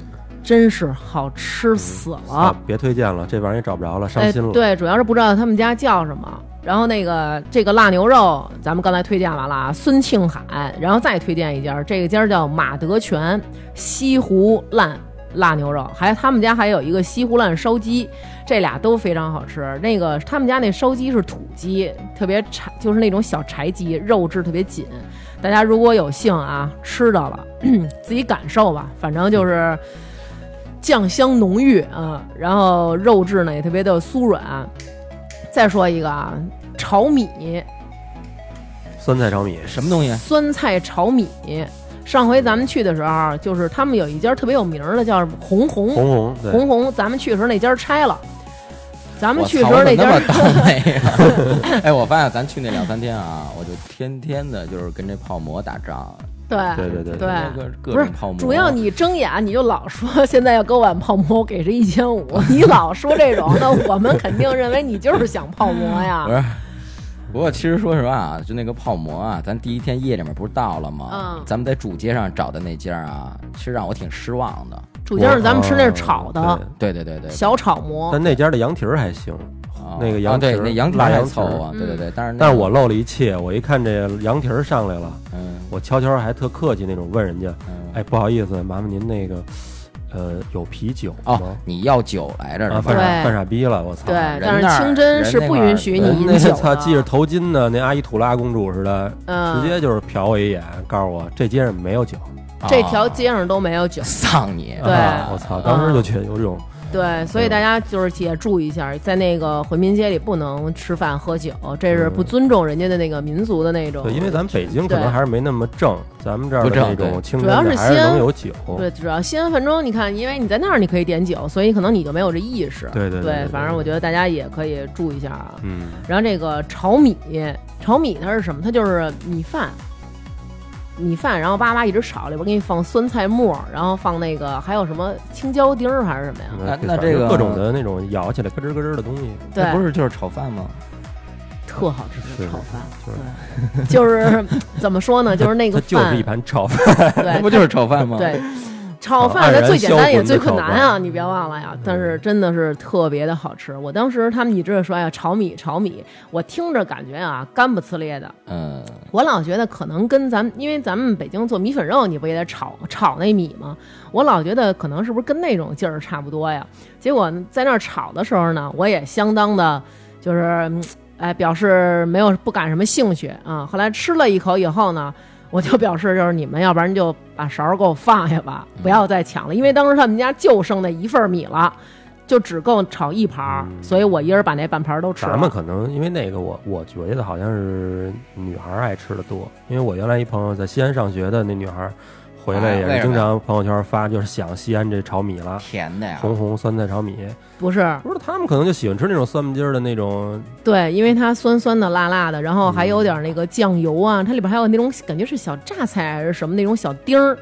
S3: 真是好吃死了。，
S4: 啊别推荐了，这玩意儿也找不着了，伤
S3: 哎，
S4: 心了。，
S3: 对，主要是不知道他们家叫什么。然后那个这个辣牛肉，咱们刚才推荐完了啊，孙庆海，然后再推荐一家，这个家叫马德全西湖烂辣牛肉，还他们家还有一个西湖烂烧鸡，这俩都非常好吃。那个他们家那烧鸡是土鸡，特别柴，就是那种小柴鸡，肉质特别紧。大家如果有幸啊，吃到了 自己感受吧，反正就是酱香浓郁啊、然后肉质呢也特别的酥软。再说一个啊，炒米，
S4: 酸菜炒米，
S2: 什么东西？
S3: 酸菜炒米。上回咱们去的时候，就是他们有一家特别有名儿的，叫红红
S4: 红红，对，
S3: 红红，咱们去的时候那家拆了。咱们
S2: 我
S3: 去的
S2: 操
S3: 时候
S2: 我
S3: 那
S2: 怎么
S3: 家
S2: 那么倒霉 啊！ 哎，我发现咱去那两三天啊，我就天天的就是跟这泡馍打仗，
S4: 对对对
S3: 对
S2: 各各
S3: 不是
S2: 种泡，馍。
S3: 主要你睁眼你就老说现在要给我碗泡馍，我给谁一千五，你老说这种，那我们肯定认为你就是想泡馍呀
S2: 不。是。不过其实说实话啊，就那个泡馍啊，咱第一天夜里面不是到了吗？
S3: 嗯
S2: 咱们在主街上找的那家啊，其实让我挺失望的。
S3: 主要是咱们吃那是炒
S4: 哦
S3: 的
S2: 对对对对，
S3: 小炒馍，
S4: 但那家的羊蹄儿还行，
S2: 啊
S4: 那个
S2: 啊
S4: 羊蹄
S2: 对
S4: 儿
S2: 那羊蹄儿
S4: 辣
S2: 还
S4: 羊蹄
S2: 凑
S4: 儿
S3: 嗯
S2: 合，对对对，但是那
S4: 但是
S2: 个
S4: 我漏了一切，我一看这羊蹄儿上来了，
S2: 嗯
S4: 我悄悄还特客气那种问人家，
S2: 嗯
S4: 哎，不好意思，麻烦您那个，呃有啤酒
S2: 哦
S4: 吗？，
S2: 你要酒来着是
S4: 啊，
S2: 吧
S4: 犯？傻
S3: 对
S4: 犯傻逼了，我操！
S3: 对，
S4: 啊人
S3: 但
S2: 那儿
S3: 是清真
S2: 人
S3: 是
S2: 那
S3: 不
S2: 块儿
S3: 允许
S2: 人
S3: 你
S4: 那
S3: 饮酒的。
S4: 操系着头巾呢，那阿依土拉公主似的，
S3: 嗯
S4: 直接就是瞟我一眼，告诉我这街上没有酒。
S3: 这
S2: 啊
S3: 条街上都没 有酒，
S2: 丧你，
S3: 对
S4: 啊我操！当时就觉得有种
S2: 嗯
S3: 对，所以大家就是也注意一下，在那个回民街里不能吃饭喝酒，这是不尊重人家的那个民族的那种。
S4: 嗯对，因为咱们北京可
S3: 对
S4: 能还是没那么正，咱们这儿
S2: 不
S4: 的
S2: 正
S4: 那种
S2: 对
S4: 清
S3: 主
S4: 真
S3: 要
S4: 的
S3: 是
S4: 还是
S3: 西安
S4: 能有酒。
S3: 对，主要西安反正你看，因为你在那儿你可以点酒，所以可能你就没有这意识。
S4: 对对对对对
S3: 反正我觉得大家也可以注意一下啊。
S4: 嗯，
S3: 然后这个炒米，炒米它是什么？它就是米饭，米饭，然后叭叭一直炒，里边给你放酸菜末，然后放那个还有什么青椒丁儿还是什么呀？
S2: 啊那那
S4: 反
S2: 这
S4: 正
S2: 个
S4: 各种的那种咬起来咯吱咯吱的东西，
S3: 对，
S2: 哎那不是就是炒饭吗？
S3: 特好吃的
S4: 是
S3: 炒饭，对，就是 怎么说呢，就是那个
S4: 它就
S3: 饭
S4: 是一，盘炒饭。
S2: 那
S3: 对
S2: 不就是炒饭吗？
S3: 对，炒
S4: 黯
S3: 饭
S4: 然
S3: 它最简单也最困
S4: 销魂
S3: 难
S4: 的炒
S3: 啊，你不要忘了呀。但是真的是特别的好吃，我当时他们一直说哎呀炒米炒米，我听着感觉啊干不呲咧的，
S2: 嗯，
S3: 我老觉得可能跟咱们，因为咱们北京做米粉肉，你不也得炒炒那米吗？我老觉得可能是不是跟那种劲儿差不多呀？结果在那儿炒的时候呢，我也相当的，就是，嗯哎，表示没有不感什么兴趣啊。后来吃了一口以后呢，我就表示就是你们要不然就把勺儿给我放下吧，
S4: 嗯
S3: 不要再抢了，因为当时他们家就剩那一份儿米了。就只够炒一盘儿，所以我一人把那半盘儿都吃了。
S4: 嗯咱们可能因为那个我，我觉得好像是女孩儿爱吃的多，因为我原来一朋友在西安上学的那女孩儿，回来
S2: 啊为
S4: 也
S2: 什
S4: 是经
S2: 么
S4: 常朋友圈发，就是想西安这炒米了，
S2: 甜的呀，
S4: 红红酸菜炒米，
S3: 不是，
S4: 不是他们可能就喜欢吃那种酸不筋儿的那种，
S3: 对，因为它酸酸的、辣辣的，然后还有点那个酱油啊，它里边还有那种感觉是小榨菜还是什么那种小丁儿，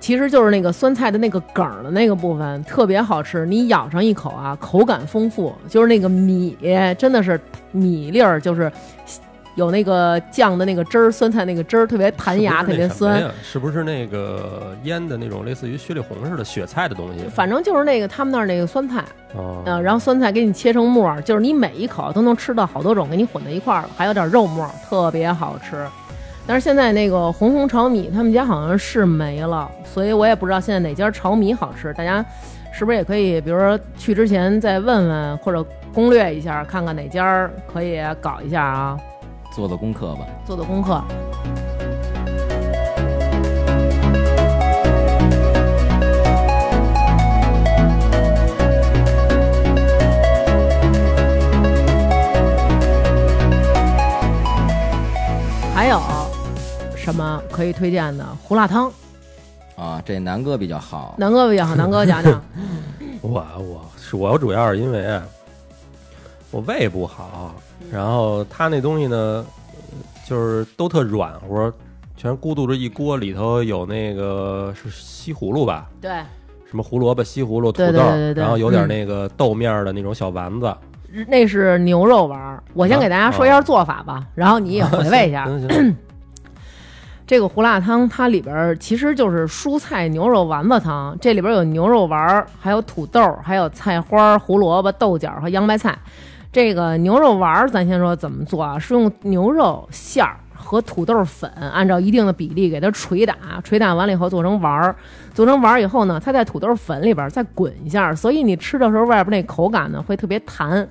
S3: 其实就是那个酸菜的那个梗儿的那个部分，特别好吃。你咬上一口啊，口感丰富，就是那个米真的是米粒儿，就是有那个酱的那个汁儿，酸菜那个汁儿特别弹牙，
S4: 是不
S3: 特
S4: 是那
S3: 别
S4: 什么
S3: 酸。
S4: 呀，是不是那个腌的那种类似于雪里红似的雪菜的东西？
S3: 反正就是那个他们那儿那个酸菜，
S4: 哦，
S3: 嗯、然后酸菜给你切成末儿，就是你每一口都能吃到好多种，给你混在一块儿了，还有点肉末儿，特别好吃。但是现在那个红红炒米，他们家好像是没了，所以我也不知道现在哪家炒米好吃。大家是不是也可以，比如说去之前再问问，或者攻略一下，看看哪家儿可以搞一下啊，
S2: 做做功课吧。
S3: 做做功课。还有什么可以推荐的？胡辣汤，
S2: 啊，这南哥比较好，
S3: 南哥比较好，南哥讲讲。
S4: 我我是我主要是因为啊我胃不好，
S3: 嗯
S4: 然后他那东西呢，就是都特软和，全咕嘟着一锅，里头有那个是西葫芦吧，
S3: 对，
S4: 什么胡萝卜、西葫芦、土
S3: 对
S4: 豆，
S3: 对对对对嗯
S4: 然后有点那个豆面儿的那种小丸子。
S3: 那是牛肉丸儿。我先给大家说一下
S4: 啊
S3: 做法吧，然后你也回味 一下。
S4: 行 行，
S3: 这个胡辣汤它里边儿其实就是蔬菜牛肉丸子汤，这里边儿有牛肉丸儿，还有土豆儿，还有菜花儿、胡萝卜、豆角儿和洋白菜。这个牛肉丸儿，咱先说怎么做啊？是用牛肉馅儿和土豆粉，按照一定的比例给它捶打，捶打完了以后做成丸儿，做成丸儿以后呢，它在土豆粉里边儿再滚一下，所以你吃的时候外边那口感呢会特别弹。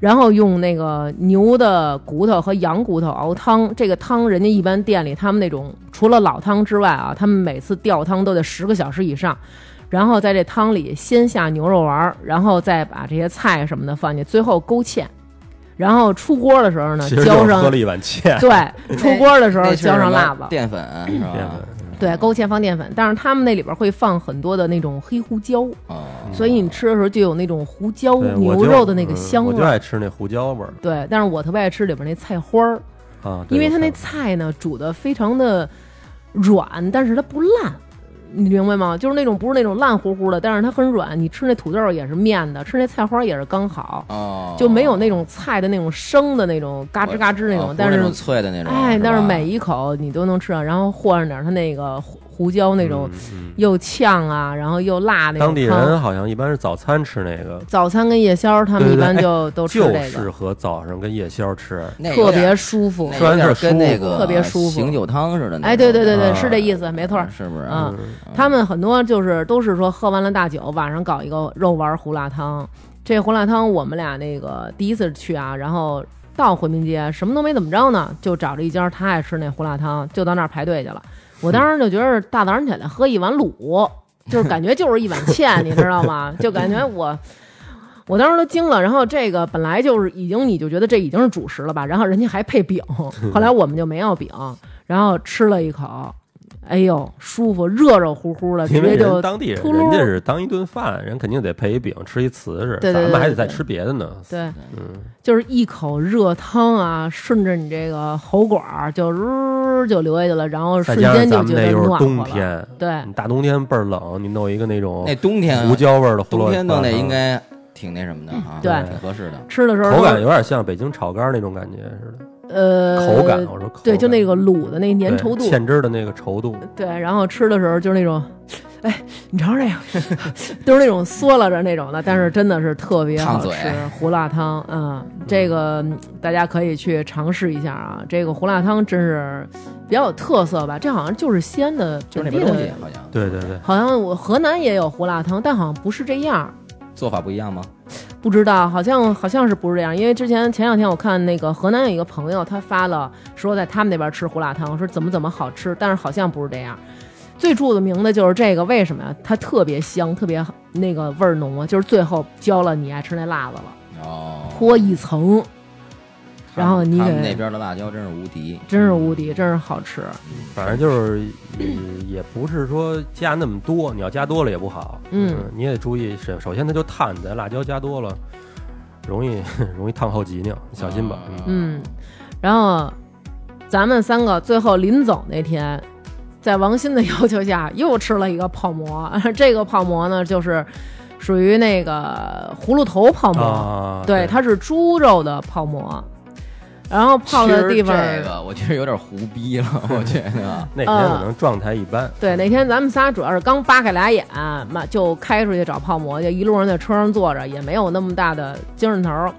S3: 然后用那个牛的骨头和羊骨头熬汤，这个汤人家一般店里他们那种除了老汤之外啊，他们每次吊汤都得十个小时以上。然后在这汤里先下牛肉丸儿，然后再把这些菜什么的放进，最后勾芡。然后出锅的时候呢，
S4: 其实
S3: 浇
S4: 就
S3: 上
S4: 喝了一碗芡，
S3: 对，出锅的时候
S2: 那是
S3: 浇
S2: 什
S3: 上
S2: 么
S3: 辣子，
S2: 淀粉是吧？
S4: 嗯淀粉
S3: 对，勾芡放淀粉，但是他们那里边会放很多的那种黑胡椒，
S2: 啊，
S3: 所以你吃的时候就有那种胡椒
S4: 对我
S3: 牛
S4: 就
S3: 肉的那个
S4: 嗯
S3: 香
S4: 我
S3: 味
S4: 就
S3: 儿。
S4: 爱吃那胡椒味儿
S3: 对，但是我特别爱吃里边那菜花儿，
S4: 啊，对
S3: 因为它那
S4: 我看
S3: 菜呢煮的非常的软，但是它不烂，你明白吗？就是那种不是那种烂乎乎的，但是它很软。你吃那土豆也是面的，吃那菜花也是刚好，
S2: 哦，
S3: 就没有那种菜的那种生的那种嘎吱嘎吱那
S2: 那
S3: 种，但
S2: 啊是
S3: 是
S2: 脆的那种，
S3: 哎，但是
S2: 吧
S3: 每一口你都能吃上，然后和上点儿它那个胡胡椒那种
S4: 嗯嗯
S3: 又呛啊，然后又辣那种
S4: 当地人
S3: 汤
S4: 好像一般是早餐吃那个，
S3: 早餐跟夜宵他们
S4: 对
S3: 一
S4: 对
S3: 般
S4: 对哎
S3: 就都吃
S4: 就
S3: 这
S4: 适
S3: 个，
S4: 合早上跟夜宵吃。
S2: 那
S3: 特
S2: 有
S3: 别
S2: 点
S3: 舒服
S2: 那。
S4: 吃完
S2: 有点
S4: 特舒
S2: 跟那
S4: 服
S2: 个
S3: 特别舒服
S2: 醒酒汤似的那种。
S3: 哎，对对对对，
S4: 啊
S3: 是这意思，没错儿。
S2: 是不啊是？
S3: 嗯，他们很多就是都是说喝完了大酒，晚上搞一个肉丸胡辣汤。这胡辣汤我们俩那个第一次去啊，然后到回民街什么都没怎么着呢，就找着一家他爱吃那胡辣汤，就到那儿排队去了。我当时就觉得大早上起来喝一碗卤，就是感觉就是一 碗欠，你知道吗？就感觉我。我当时都惊了，然后这个本来就是已经，你就觉得这已经是主食了吧？然后人家还配 饼，后来我们就没要饼，然后吃了一口，哎呦，舒服，热热乎乎啊的，直
S4: 因为
S3: 接
S4: 人
S3: 就
S4: 当地人
S3: 秃
S4: 人
S3: 噜
S4: 家是当一顿饭，人肯定得配一饼吃一瓷实，
S3: 对对对
S4: 咱们还得再
S3: 对
S4: 吃别的呢。
S3: 对，
S4: 嗯，
S3: 就是一口热汤啊，顺着你这个喉管儿就呜就流下去了，然后
S4: 再
S3: 瞬
S4: 加上
S3: 间就
S4: 咱们
S3: 觉
S4: 那
S3: 得
S4: 又是
S3: 暖
S4: 冬
S3: 和了。
S4: 天，嗯
S3: 对
S4: 你大冬天倍儿冷，你弄一个那种
S2: 那冬天啊
S4: 胡椒味儿的胡
S2: 冬
S4: 萝卜
S2: 天弄那应
S4: 汤
S2: 该挺那什么的啊，
S3: 对
S2: 挺合适的。
S3: 吃的时候
S4: 口感
S3: 都
S4: 有点像北京炒肝那种感觉似的，
S3: 呃
S4: 口感我说口感
S3: 对，就那个卤的那粘稠
S4: 对
S3: 度，呃
S4: 芡汁儿的那个稠度，
S3: 对，然后吃的时候就是那种，哎，你尝尝这个， 都是那种嗦拉着那种的，但是真的是特别好
S2: 烫嘴
S3: 吃胡辣汤，嗯，这个嗯大家可以去尝试一下啊，这个胡辣汤真是比较有特色吧，这好像就是西安的
S2: 就是
S3: 本
S2: 那
S3: 地
S2: 边东西
S3: 的，
S2: 好像
S4: 对对对，
S3: 好像我河南也有胡辣汤，但好像不是这样。
S2: 做法不一样吗？
S3: 不知道，好像好像是不是这样？因为之前前两天我看那个河南有一个朋友，他发了说在他们那边吃胡辣汤，说怎么怎么好吃，但是好像不是这样。最著名的就是这个，为什么呀？它特别香，特别那个味儿浓啊，就是最后浇了你爱吃那辣子了，
S2: 哦，
S3: 泼一层，
S2: 他
S3: 然后
S2: 们
S3: 你
S2: 他们
S3: 给
S2: 那边的辣椒真是无敌，
S3: 真是无敌，真是好吃。
S4: 反正就是也也不是说加那么多，你要加多了也不好，
S3: 嗯，
S4: 你也得注意，首首先它就烫，你在辣椒加多了，容易 容易烫后脊梁，你小心吧，嗯
S2: 啊
S3: 嗯，然后咱们三个最后临走那天，在王鑫的要求下又吃了一个泡馍。这个泡馍呢，就是属于那个葫芦头泡馍，
S4: 啊，
S3: 嗯对，它是猪肉的泡馍，然后泡的地方。
S2: 其实这个我觉得有点胡逼了，我觉 得。
S4: 那
S3: 嗯
S4: 天可能状态一般，
S3: 对，那天咱们仨主要是刚扒开俩眼，嘛就开出去找泡馍去，一路上在车上坐着，也没有那么大的精神头儿。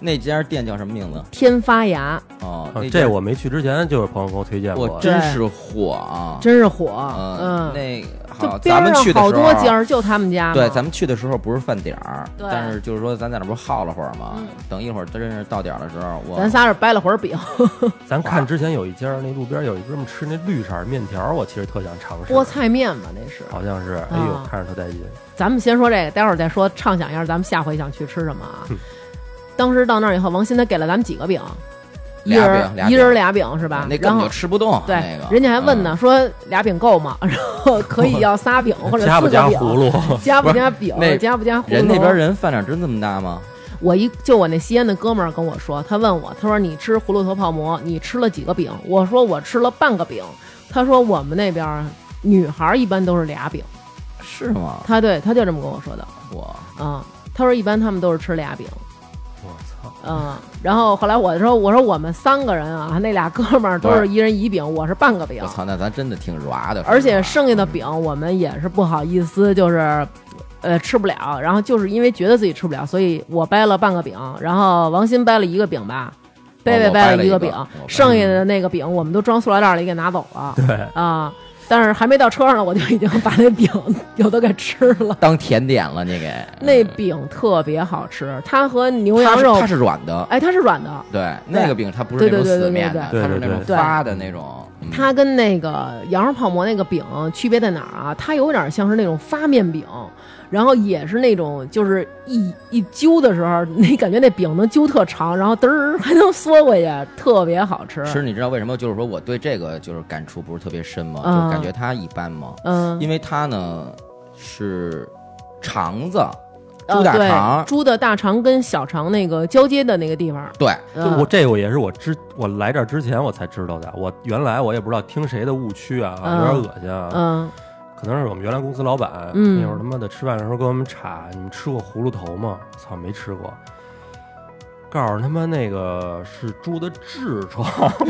S2: 那家店叫什么名字？
S3: 天发芽
S2: 哦
S4: 啊，
S2: 那家
S4: 这我没去之前就是朋友给我推荐
S2: 我
S4: 过，
S2: 真是火啊！
S3: 真是火，
S2: 嗯，
S3: 嗯，
S2: 那好，
S3: 就
S2: 咱
S3: 边
S2: 们
S3: 上
S2: 去的
S3: 好
S2: 时
S3: 多家
S2: 候。啊
S3: 儿，就他们家嘛。
S2: 对，咱们去的时候不是饭点儿，
S3: 对
S2: 但是就是说咱在那不是耗了会儿嘛，
S3: 嗯
S2: 等一会儿真是到点儿的时候，我
S3: 咱仨是掰了会儿饼，
S4: 咱看之前有一家那路边有一哥们吃那绿色面条，我其实特想尝试，
S3: 菠菜面吧，那是。
S4: 好像是，哎呦
S3: 啊，
S4: 看着特带劲，
S3: 咱们先说这个，待会儿再说畅想一下咱们下回想去吃什么啊。当时到那儿以后，王鑫他给了咱们几个饼，一
S2: 俩
S3: 人
S2: 饼俩
S3: 一
S2: 饼啊
S3: 人俩饼是吧？
S2: 那根
S3: 然
S2: 本
S3: 后
S2: 就吃不动。
S3: 对
S2: 那个，嗯
S3: 人家还问呢，说俩饼够吗？ 然后可以要 仨饼或者四
S4: 加不
S3: 个
S4: 加葫
S3: 饼。
S4: 芦？
S3: 加不
S2: 不是
S3: 加饼
S2: 那？
S3: 加不加葫芦？
S2: 嗯，人那边，人饭量真这么大吗？
S3: 我一就我那西安的哥们儿跟我说，他问我，他说你吃葫芦头泡馍，你吃了几个饼？我说我吃了半个饼。他说我们那边儿女孩儿一般都是俩饼，
S2: 是吗？
S3: 他对他就这么跟我说的。
S2: 我
S3: 嗯，他说一般他们都是吃俩饼，
S4: 我操！
S3: 嗯，然后后来我说我说我们三个人啊，那俩哥们儿都是一人一饼，我是半个饼
S2: 我，操，那咱真的挺软的。
S3: 而且
S2: 是吧
S3: 剩下的饼我们也是不好意思，就是呃吃不了，然后就是因为觉得自己吃不了，所以我掰了半个饼，然后王鑫掰了一个饼吧。贝贝
S2: 哦我掰了
S3: 了
S2: 一
S3: 个
S2: 个
S3: 饼
S2: 我掰了，
S3: 剩下的那个饼我们都装塑料袋里给拿走了
S4: 对，
S3: 啊！但是还没到车上呢，我就已经把那饼有的给吃 了。
S2: 当甜点了，你给
S3: 那饼特别好吃，它和牛
S2: 它
S3: 羊
S2: 是
S3: 肉
S2: 它是软的，
S3: 哎，它是软的，
S2: 对，那个饼它不是
S3: 对
S2: 那种
S3: 对对对
S2: 死面的，
S4: 对对
S2: 它是
S4: 对
S2: 那种
S3: 对
S2: 发的那种。嗯
S3: 它跟那个羊肉泡馍那个饼区别在哪儿啊？它有点像是那种发面饼，然后也是那种就是一一揪的时候，你感觉那饼能揪特长，然后嘚儿还能缩回去，特别好吃。
S2: 其实你知道为什么？就是说我对这个就是感触不是特别深吗？
S3: 嗯
S2: 就感觉它一般吗？
S3: 嗯，
S2: 因为它呢是肠子，
S3: 呃
S2: 猪大
S3: 对
S2: 肠，
S3: 猪的大肠跟小肠那个交接的那个地方，
S2: 对，
S4: 就
S3: 嗯
S4: 我这我也是我之我来这儿之前我才知道的，我原来我也不知道听谁的误区啊，
S3: 嗯
S4: 有点恶心啊，
S3: 嗯
S4: 可能是我们原来公司老板、
S3: 嗯
S4: 那会儿他妈的吃饭的时候给我们查，你们吃过葫芦头吗？操，没吃过。告诉他妈那个是猪的痔疮，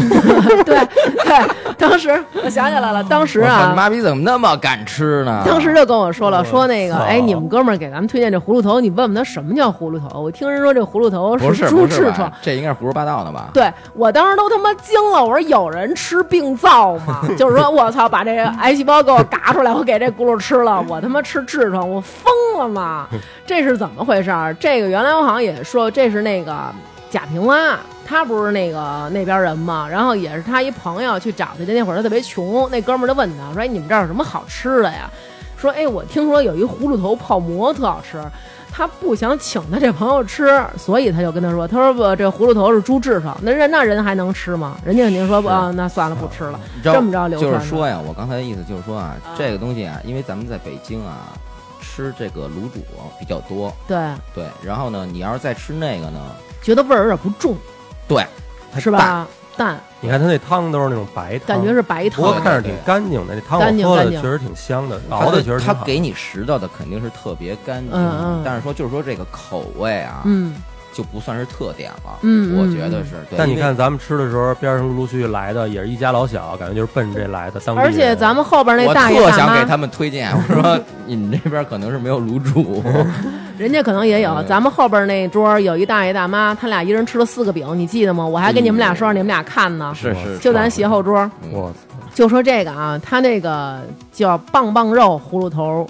S3: 对对，当时我想起来了，当时
S2: 嗯我啊操
S3: 啊
S2: 你，妈逼怎么那么敢吃呢？
S3: 当时就跟我说了，说那个，
S4: 我操
S3: 哎，你们哥们儿给咱们推荐这葫芦头，你问问他什么叫葫芦头。我听人说这葫芦头
S2: 不是
S3: 猪
S2: 不是
S3: 痔疮
S2: 吧，？这应该是胡说八道的吧？
S3: 对我当时都他妈惊了，我说有人吃病灶吗？就是说我操，把这个癌细胞给我嘎出来，我给这轱辘吃了，我他妈吃痔疮，我疯了吗？这是怎么回事儿？这个原来我好像也说，这是那个贾平凹，他不是那个那边人吗？然后也是他一朋友去找他去，那会儿他特别穷，那哥们儿就问他说：“哎，你们这儿有什么好吃的呀？”说：“哎，我听说有一葫芦头泡馍特好吃。”他不想请他这朋友吃，所以他就跟他说：“他说不，这葫芦头是猪痔疮，那人那人还能吃吗？人家肯定说不
S2: 是
S3: 啊，那算了，不吃了。
S2: 你知道
S3: 这么着流
S2: 就
S3: 传的嗯
S2: 是说呀，我刚才的意思就是说啊，这个东西啊，因为咱们在北京啊吃这个卤煮比较多，
S3: 对，
S2: 对，然后呢，你要是再吃那个呢，
S3: 觉得味儿有点不重，
S2: 对，它
S3: 是
S2: 淡？
S3: 吧？淡，
S4: 你看他那汤都是那种白汤，
S3: 感觉是白
S4: 不过
S3: 汤
S2: 对，
S4: 看着挺干净的，那汤
S3: 干净
S4: 我喝
S3: 干
S4: 的
S3: 净
S4: 确实挺香的，
S2: 它
S4: 熬的确实挺
S2: 它
S4: 好。
S2: 给你拾到的肯定是特别干净，
S3: 嗯嗯
S2: 但是说就是说这个口味啊，
S3: 嗯
S2: 就不算是特点了，
S3: 嗯
S2: 我
S3: 嗯
S2: 觉得
S3: 嗯
S2: 是。对
S4: 但你
S2: 因为
S4: 看咱们吃的时候，边上陆续来的也是一家老小，感觉就是奔着这来的。当地
S3: 而且
S4: 人
S3: 咱们后边那
S2: 我
S3: 大爷
S2: 特
S3: 大
S2: 想给
S3: 妈，
S2: 他们推荐，我 说你们这边可能是没有卤煮，
S3: 人家可能也有。
S2: 嗯
S3: 咱们后边那桌有一大爷大妈，他俩一人吃了四个饼，你记得吗？我还给你们俩说让你们俩看呢，
S2: 是
S4: 是
S3: 就咱斜后桌。
S4: 我操
S3: 就说这个啊，它那个叫棒棒肉葫芦头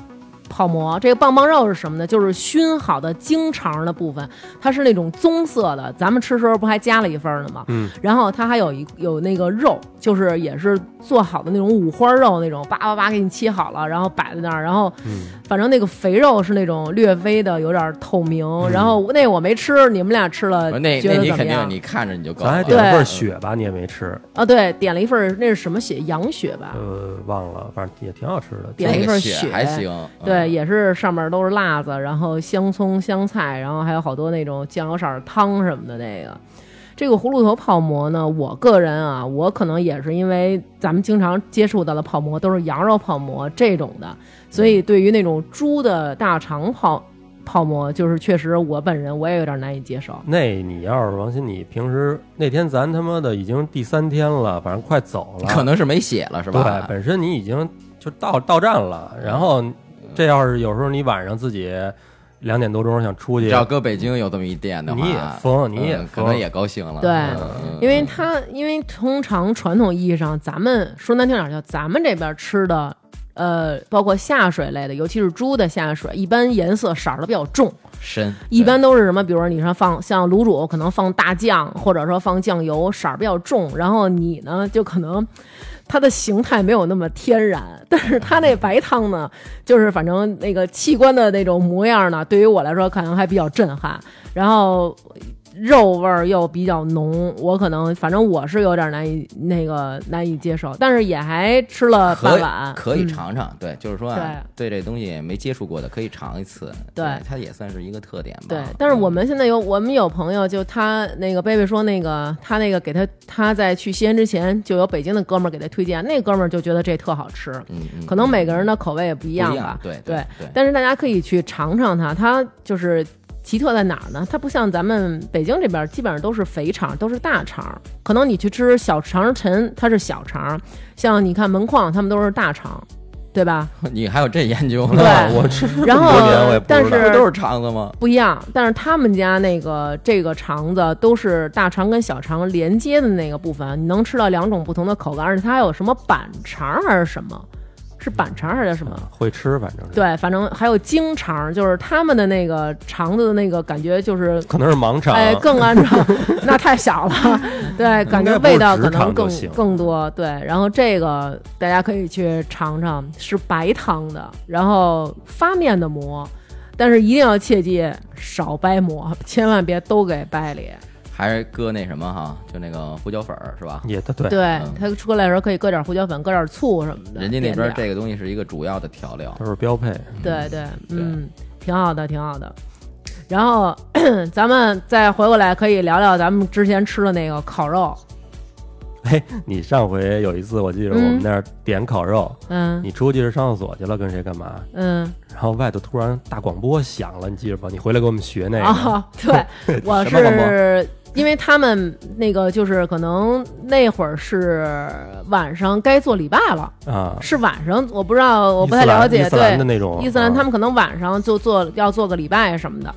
S3: 泡馍。这个棒棒肉是什么呢？就是熏好的精肠的部分，它是那种棕色的。咱们吃时候不还加了一份呢吗？
S4: 嗯。
S3: 然后它还有一有那个肉，就是也是做好的那种五花肉那种，叭叭叭给你切好了，然后摆在那儿，然后
S4: 嗯，
S3: 反正那个肥肉是那种略微的有点透明。然后那我没吃，你们俩吃了，
S2: 嗯呃那那
S3: 觉得
S2: 你
S3: 怎么
S2: 肯
S3: 样
S2: 定？你看着你就够
S4: 咱
S2: 了
S4: 还。点了份
S3: 对
S4: 雪吧，你也没吃，
S3: 啊，对，点了一份儿那是什么血？羊血吧？
S4: 呃，忘了，反正也挺好吃的。
S3: 点了一
S2: 那
S3: 份
S2: 个
S3: 雪
S2: 还行，
S3: 对，
S2: 嗯
S3: 也是上面都是辣子，然后香葱、香菜，然后还有好多那种酱油色儿汤什么的。那个，这个葫芦头泡馍呢，我个人啊，我可能也是因为咱们经常接触到的泡馍都是羊肉泡馍这种的，所以对于那种猪的大肠泡泡馍，就是确实我本人我也有点难以接受。
S4: 那你要是王鑫，你平时那天咱他妈的已经第三天了，反正快走了，
S2: 可能是没血了是吧
S4: 啊对，？本身你已经就到到站了，然后这要是有时候你晚上自己两点多钟想出去
S2: 只，要搁北京有这么一店的话，
S4: 你也疯你也
S2: 嗯
S4: 疯
S2: 可能也高兴了。
S3: 对
S2: 嗯
S3: 因为它，因为通常传统意义上，咱们说难听点儿，叫咱们这边吃的，呃，包括下水类的，尤其是猪的下水，一般颜色色儿都比较重，
S2: 深
S3: 一般都是什么，比如说你说放像卤煮，可能放大酱，或者说放酱油，色儿比较重，然后你呢就可能。它的形态没有那么天然，但是它那白汤呢，就是反正那个器官的那种模样呢，对于我来说可能还比较震撼。然后肉味儿又比较浓，我可能反正我是有点难以那个难以接受，但是也还吃了
S2: 可
S3: 半
S2: 以
S3: 碗，
S2: 可以
S3: 呃嗯
S2: 尝尝，对，就是说啊对这东西没接触过的可以尝一次，
S3: 对
S2: 它也算是一个特点
S4: 啊
S2: 吧。嗯
S3: 对，但
S4: 嗯
S3: 是我们现在有我们有朋友，就他那个贝贝说那个他那个给他他在去西安之前，就有北京的哥们儿给他推荐，那哥们儿就觉得这特好吃，
S2: 嗯嗯，
S3: 可能每个人的口味也不
S2: 一
S3: 一样吧。
S2: 对
S3: 对
S2: 对。
S3: 但是大家可以去尝尝它，它就是奇特在哪儿呢？它不像咱们北京这边儿基本上都是肥肠，都是大肠。可能你去吃小肠陈，它是小肠；像你看门框，他们都是大肠，对 吧？
S2: 你还有这研究呢？
S3: 对
S4: 啊我吃
S3: 然后
S4: 这么多年我也不知道
S3: 但是
S2: 不都是肠子吗？
S3: 不一样，但是他们家那个这个肠子都是大肠跟小肠连接的那个部分，你能吃到两种不同的口感，而且它还有什么板肠还是什么？是板肠还是什么？
S4: 会吃，反正是，
S3: 对，反正还有京肠，就是他们的那个肠子的那个感觉，就是
S4: 可能是盲肠。
S3: 哎，更按照那太小 了，对，感觉
S4: 不是
S3: 味道
S4: 直
S3: 可能
S4: 肠就
S3: 更
S4: 行
S3: 更多，对。然后这个大家可以去尝尝，是白汤的，然后发面的馍，但是一定要切记少掰馍，千万别都给掰里。
S2: 还是搁那什么哈，就那个胡椒粉儿是吧？
S4: 也对对，
S3: 对
S2: 嗯，
S3: 它出来的时候可以搁点胡椒粉，搁点醋什么的。
S2: 人家那边
S3: 嗯点点
S2: 这个东西是一个主要的调料，
S4: 都是标配。
S3: 对对，嗯，挺好的，挺好的。然后 咱们再回过来，可以聊聊咱们之前吃的那个烤肉。
S4: 嘿，哎你上回有一次，我记得我们那儿点烤肉，
S3: 嗯
S4: 你出去上厕所去了，跟谁干嘛？
S3: 嗯
S4: 然后外头突然大广播响了，你记着吧？你回来给我们学那个，
S3: 啊，对，我
S2: 什么广播
S3: 是因为他们那个就是可能那会儿是晚上该做礼拜了，
S4: 啊，
S3: 是晚上，我不知道，我
S4: 伊
S3: 不
S4: 斯
S3: 太了
S4: 兰
S3: 解。
S4: 伊斯兰的
S3: 对，
S4: 那种，
S3: 伊斯兰
S4: 啊
S3: 他们可能晚上就做要做个礼拜什么的。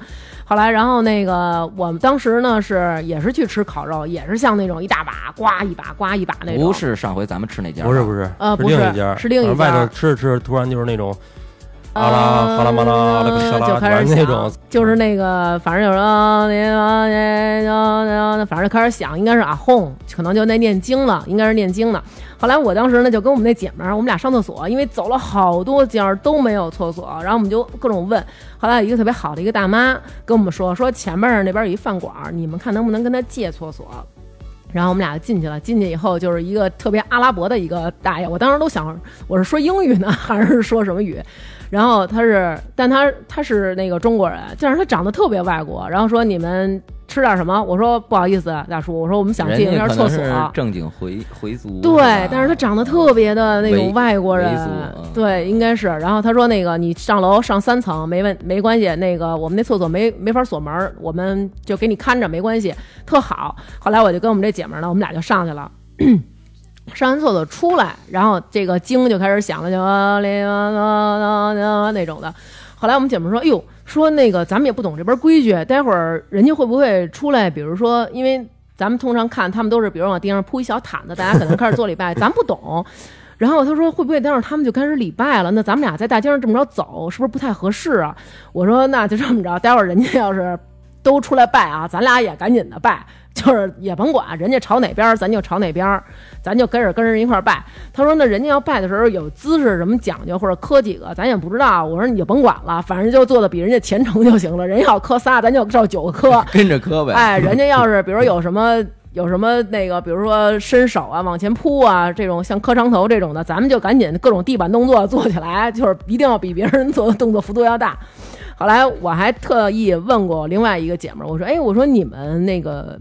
S3: 后来，然后那个我们当时呢是也是去吃烤肉，也是像那种一大把刮一把刮一把那种。
S2: 不是上回咱们吃那家吧，
S4: 不是不啊是，
S3: 呃不
S4: 另
S3: 是
S4: 一家，
S3: 是另一
S4: 反正外
S3: 家
S4: 头吃着吃着，突然就是那种
S3: 呃，
S4: 啊啦哈啦嘛啦啦个沙拉
S3: 就开始
S4: 反正
S3: 响
S4: 那种嗯
S3: 就是那个，反正有时候那那那那，反正就开始响，应该是啊哄，可能就那念经了，应该是念经呢。后来我当时呢就跟我们那姐们儿，我们俩上厕所，因为走了好多家儿都没有厕所，然后我们就各种问。后来有一个特别好的一个大妈跟我们说，说前面儿那边有一饭馆儿，你们看能不能跟他借厕所。然后我们俩就进去了，进去以后就是一个特别阿拉伯的一个大爷，我当时都想我是说英语呢还是说什么语，然后他是，但他他是那个中国人，但是他长得特别外国，然后说你们吃点什么？我说不好意思，大叔，我说我们想借
S2: 人
S3: 一
S2: 家
S3: 下
S2: 可
S3: 厕
S2: 能
S3: 所。啊
S2: 是正经回回族，
S3: 对
S2: 吧，
S3: 但是他长得特别的那种
S2: 维
S3: 外国人
S2: 维族嗯，
S3: 对，应该是。然后他说那个你上楼上三层没问没关系，那个我们那厕所没没法锁门儿，我们就给你看着没关系，特好。后来我就跟我们这姐们儿呢，我们俩就上去了。上完厕所出来，然后这个经就开始响了，就啊嘞啊啊啊啊那种的。后来我们姐们儿说：“哎呦，说那个咱们也不懂这边规矩，待会儿人家会不会出来？比如说，因为咱们通常看他们都是，比如往地上铺一小毯子，大家可能开始做礼拜，咱不懂。然后他说会不会待会儿他们就开始礼拜了？那咱们俩在大街上这么着走，是不是不太合适啊？我说那就这么着，待会儿人家要是都出来拜啊，咱俩也赶紧的拜，就是也甭管人家朝哪边儿，咱就朝哪边儿，咱就跟着跟人一块儿拜。他说那人家要拜的时候有姿势什么讲究或者磕几个，咱也不知道。我说你就甭管了，反正就做的比人家虔诚就行了。人家要磕仨，咱就照九个磕。
S2: 跟着磕呗，
S3: 哎，人家要是比如有什么有什么那个，比如说伸手啊、往前扑啊这种，像磕长头这种的，咱们就赶紧各种地板动作做起来，就是一定要比别人做的动作幅度要大。后来我还特意问过我另外一个姐们儿，我说：“哎，我说你们那个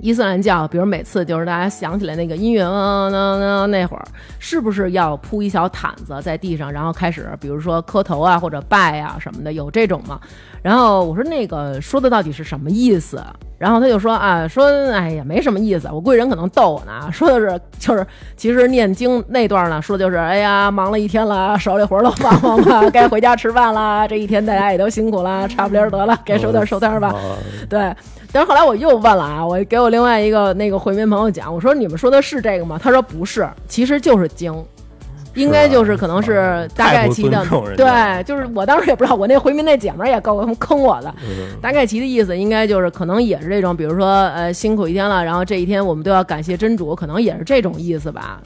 S3: 伊斯兰教，比如每次就是大家想起来那个音乐，嗯嗯嗯那会儿，是不是要铺一小毯子在地上，然后开始，比如说磕头啊或者拜啊什么的，有这种吗？然后我说那个说的到底是什么意思？然后他就说啊，说哎呀没什么意思，我贵人可能逗我呢，说的是就是其实念经那段呢，说的就是哎呀忙了一天了，手里活儿都忙忙了，该回家吃饭啦，这一天大家也都辛苦啦，差不离儿得了，该收摊儿收摊儿吧。
S4: 嗯啊
S3: 对，但是后来我又问了啊，我给我另外一个那个回民朋友讲，我说你们说的是这个吗？他说不是，其实就是经。应该就是可能是大概其的
S4: 啊太不尊重，人家
S3: 对，就是我当时也不知道，我那回民那姐们儿也够坑我的，
S4: 嗯
S3: 大概其的意思应该就是，可能也是这种，比如说，呃，辛苦一天了，然后这一天我们都要感谢真主，可能也是这种意思吧。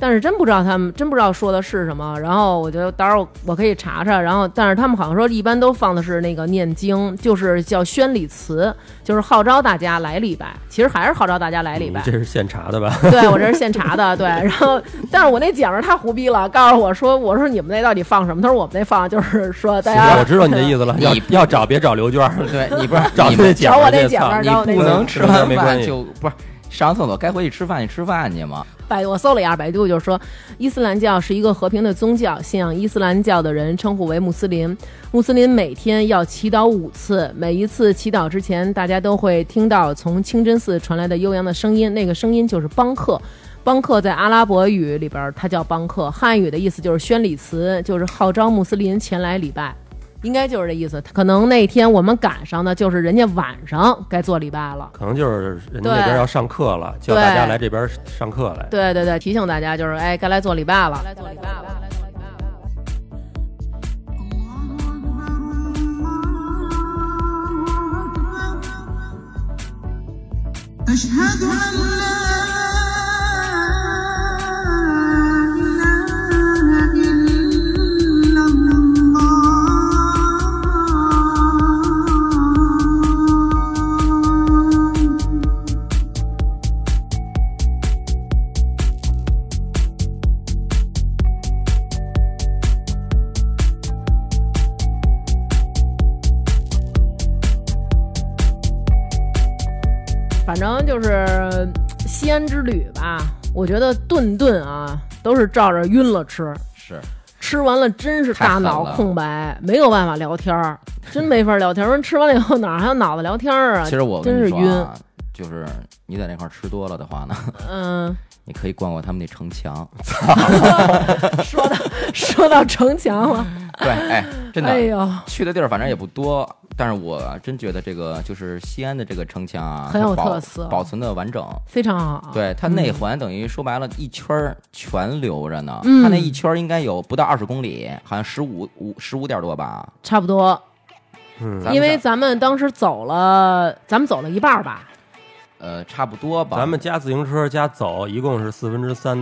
S3: 但是真不知道他们真不知道说的是什么，然后我就到时候我可以查查，然后但是他们好像说一般都放的是那个念经，就是叫宣礼词，就是号召大家来礼拜，其实还是号召大家来礼拜
S4: 你。这是现查的吧？
S3: 对我这是现查的，对。然后，但是我那姐们儿她胡逼了，告诉我说，我说你们那到底放什么？她说我们那放就是说大家，
S4: 我知道你的意 思了，要
S2: 你
S4: 要找别找刘娟儿，
S2: 对你 不是
S4: 找
S2: 你
S4: 那
S2: 们
S4: 姐
S3: 找
S4: 们
S3: 我
S4: 儿
S3: 那
S4: 去
S3: 姐们儿
S4: 操
S2: 你
S3: 然后那
S2: 不
S3: 个
S2: 能吃完
S4: 没关
S2: 饭
S4: 系
S2: 就不是上厕所该回去吃饭去吃饭去嘛，
S3: 百我搜了一下，百度就说伊斯兰教是一个和平的宗教，信仰伊斯兰教的人称呼为穆斯林。穆斯林每天要祈祷五次，每一次祈祷之前，大家都会听到从清真寺传来的悠扬的声音，那个声音就是邦克。邦克在阿拉伯语里边，它叫邦克，汉语的意思就是宣礼词，就是号召穆斯林前来礼拜。应该就是这意思，可能那天我们赶上的就是人家晚上该做礼拜了。
S4: 可能就是人家那边要上课了，叫大家来这边上课来。
S3: 对对对，提醒大家就是，哎，该来做礼拜了。该来做礼拜了。
S5: أشهد أن لا إله إلا الله
S3: 反正就是西安之旅吧，我觉得顿顿啊都是照着晕了吃，
S2: 是
S3: 吃完了真是
S2: 太
S3: 大
S2: 狠
S3: 脑
S2: 了
S3: 空白，没有办法聊天儿，真没法聊天儿。说吃完了以后哪儿还有脑子聊天儿啊？
S2: 其实我
S3: 真
S2: 跟
S3: 是
S2: 你
S3: 晕
S2: 说，啊，就是你在那块儿吃多了的话呢，
S3: 嗯，
S2: 你可以逛逛他们那城墙。
S3: 说到说到城墙了，
S2: 对，哎，真的，
S3: 哎呦，
S2: 去的地儿反正也不多，但是我真觉得这个就是西安的这个城墙啊，
S3: 很有
S2: 它保
S3: 特色啊嗯
S2: 保存的完整。
S3: 非常好。
S2: 对，它内环等于说白了，一圈儿全留着呢。
S3: 嗯
S2: 它那一圈儿应该有不到二十公里，好像十五五十五点多吧。
S3: 差不多，
S4: 嗯
S2: 咱们
S3: 因为
S2: 在
S3: 咱们当时走了，咱们走了一半儿吧，
S2: 呃，差不多吧。
S4: 咱们加自行车加走，一共是四分之三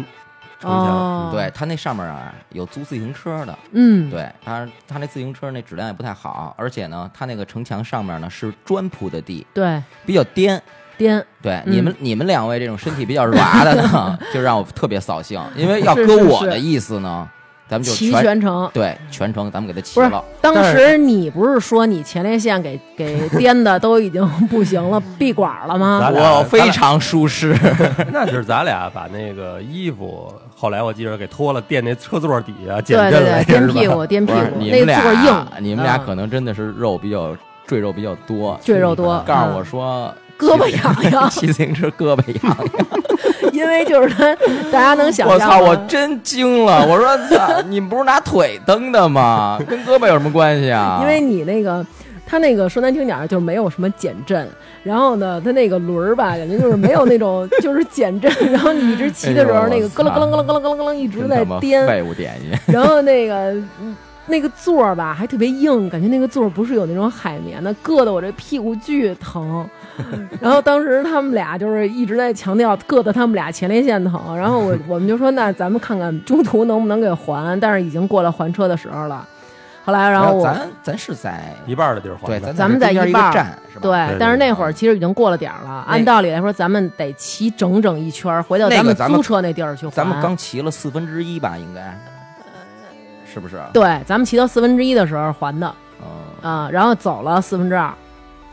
S4: 城墙。
S3: 哦，
S2: 对，它那上面啊有租自行车的，
S3: 嗯，
S2: 对，它它那自行车那质量也不太好，而且呢，它那个城墙上面呢是砖铺的地，
S3: 对，
S2: 比较颠。
S3: 颠，
S2: 对，
S3: 嗯
S2: 你们你们两位这种身体比较软的 呢，就让我特别扫兴，因为要
S3: 是
S2: 搁
S3: 是
S2: 我
S3: 是
S2: 的意思呢，咱们就
S3: 骑
S2: 全
S3: 全程。
S2: 对全程咱们给它骑
S3: 不是
S2: 了，，
S3: 当
S4: 但
S3: 时你不是说你前列腺给 给颠的都已经不行了，闭管了吗
S4: 咱？俩
S2: 我非常舒适。
S4: 那就是咱俩把那个衣服，后来我记着给脱了，垫那车座底下，减
S3: 对对
S4: 震
S3: 对，
S4: 了也是
S3: 颠
S4: 吧
S3: 屁股，颠屁
S2: 不是
S3: 股，
S2: 你
S3: 那
S2: 们
S3: 座儿
S2: 俩，
S3: 硬，
S2: 你们俩
S3: 嗯
S2: 可能真的是肉比较赘肉比较多，
S3: 赘肉多
S2: 告诉
S3: 嗯
S2: 我说
S3: 胳膊
S2: 骑
S3: 痒痒
S2: 骑自行车胳膊痒痒。
S3: 因为就是他，大家能想象
S2: 我
S3: 吗，
S2: 操！我真惊了！我说操，你们不是拿腿蹬的吗？跟胳膊有什么关系啊？
S3: 因为你那个。他那个说难听点儿，就是没有什么减震，然后呢，他那个轮儿吧，感觉就是没有那种就是减震，然后你一直骑的时候，
S2: 哎呦
S3: 那个咯楞
S2: 我
S3: 咯楞咯楞咯楞咯楞一直
S2: 真
S3: 在
S2: 他妈
S3: 颠，
S2: 废物点心。
S3: 然后那个嗯那个座儿吧还特别硬，感觉那个座儿不是有那种海绵的，硌得我这屁股巨疼。 然后当时他们俩就是一直在强调硌得他们俩前列腺疼，然后我 我们就说那咱们看看中途能不能给还，但是已经过了还车的时候了。后来然后我
S2: 咱咱是在
S4: 一半的地儿还的。
S2: 对，咱
S3: 咱们在
S2: 是中间
S3: 一
S2: 一
S3: 半儿
S2: 个站是吧？
S3: 对，
S4: 对
S3: 但是那会儿
S2: 对哎
S3: 其实已经过了点儿了。按道理来说，咱们得骑整整一圈儿，回到
S2: 那
S3: 咱
S2: 个
S3: 们
S2: 咱们
S3: 租车那地儿去还。
S2: 咱们刚骑了四分之一吧，应该是不是？
S3: 对，咱们骑到四分之一的时候还的
S2: 嗯，
S3: 啊、然后走了四分之二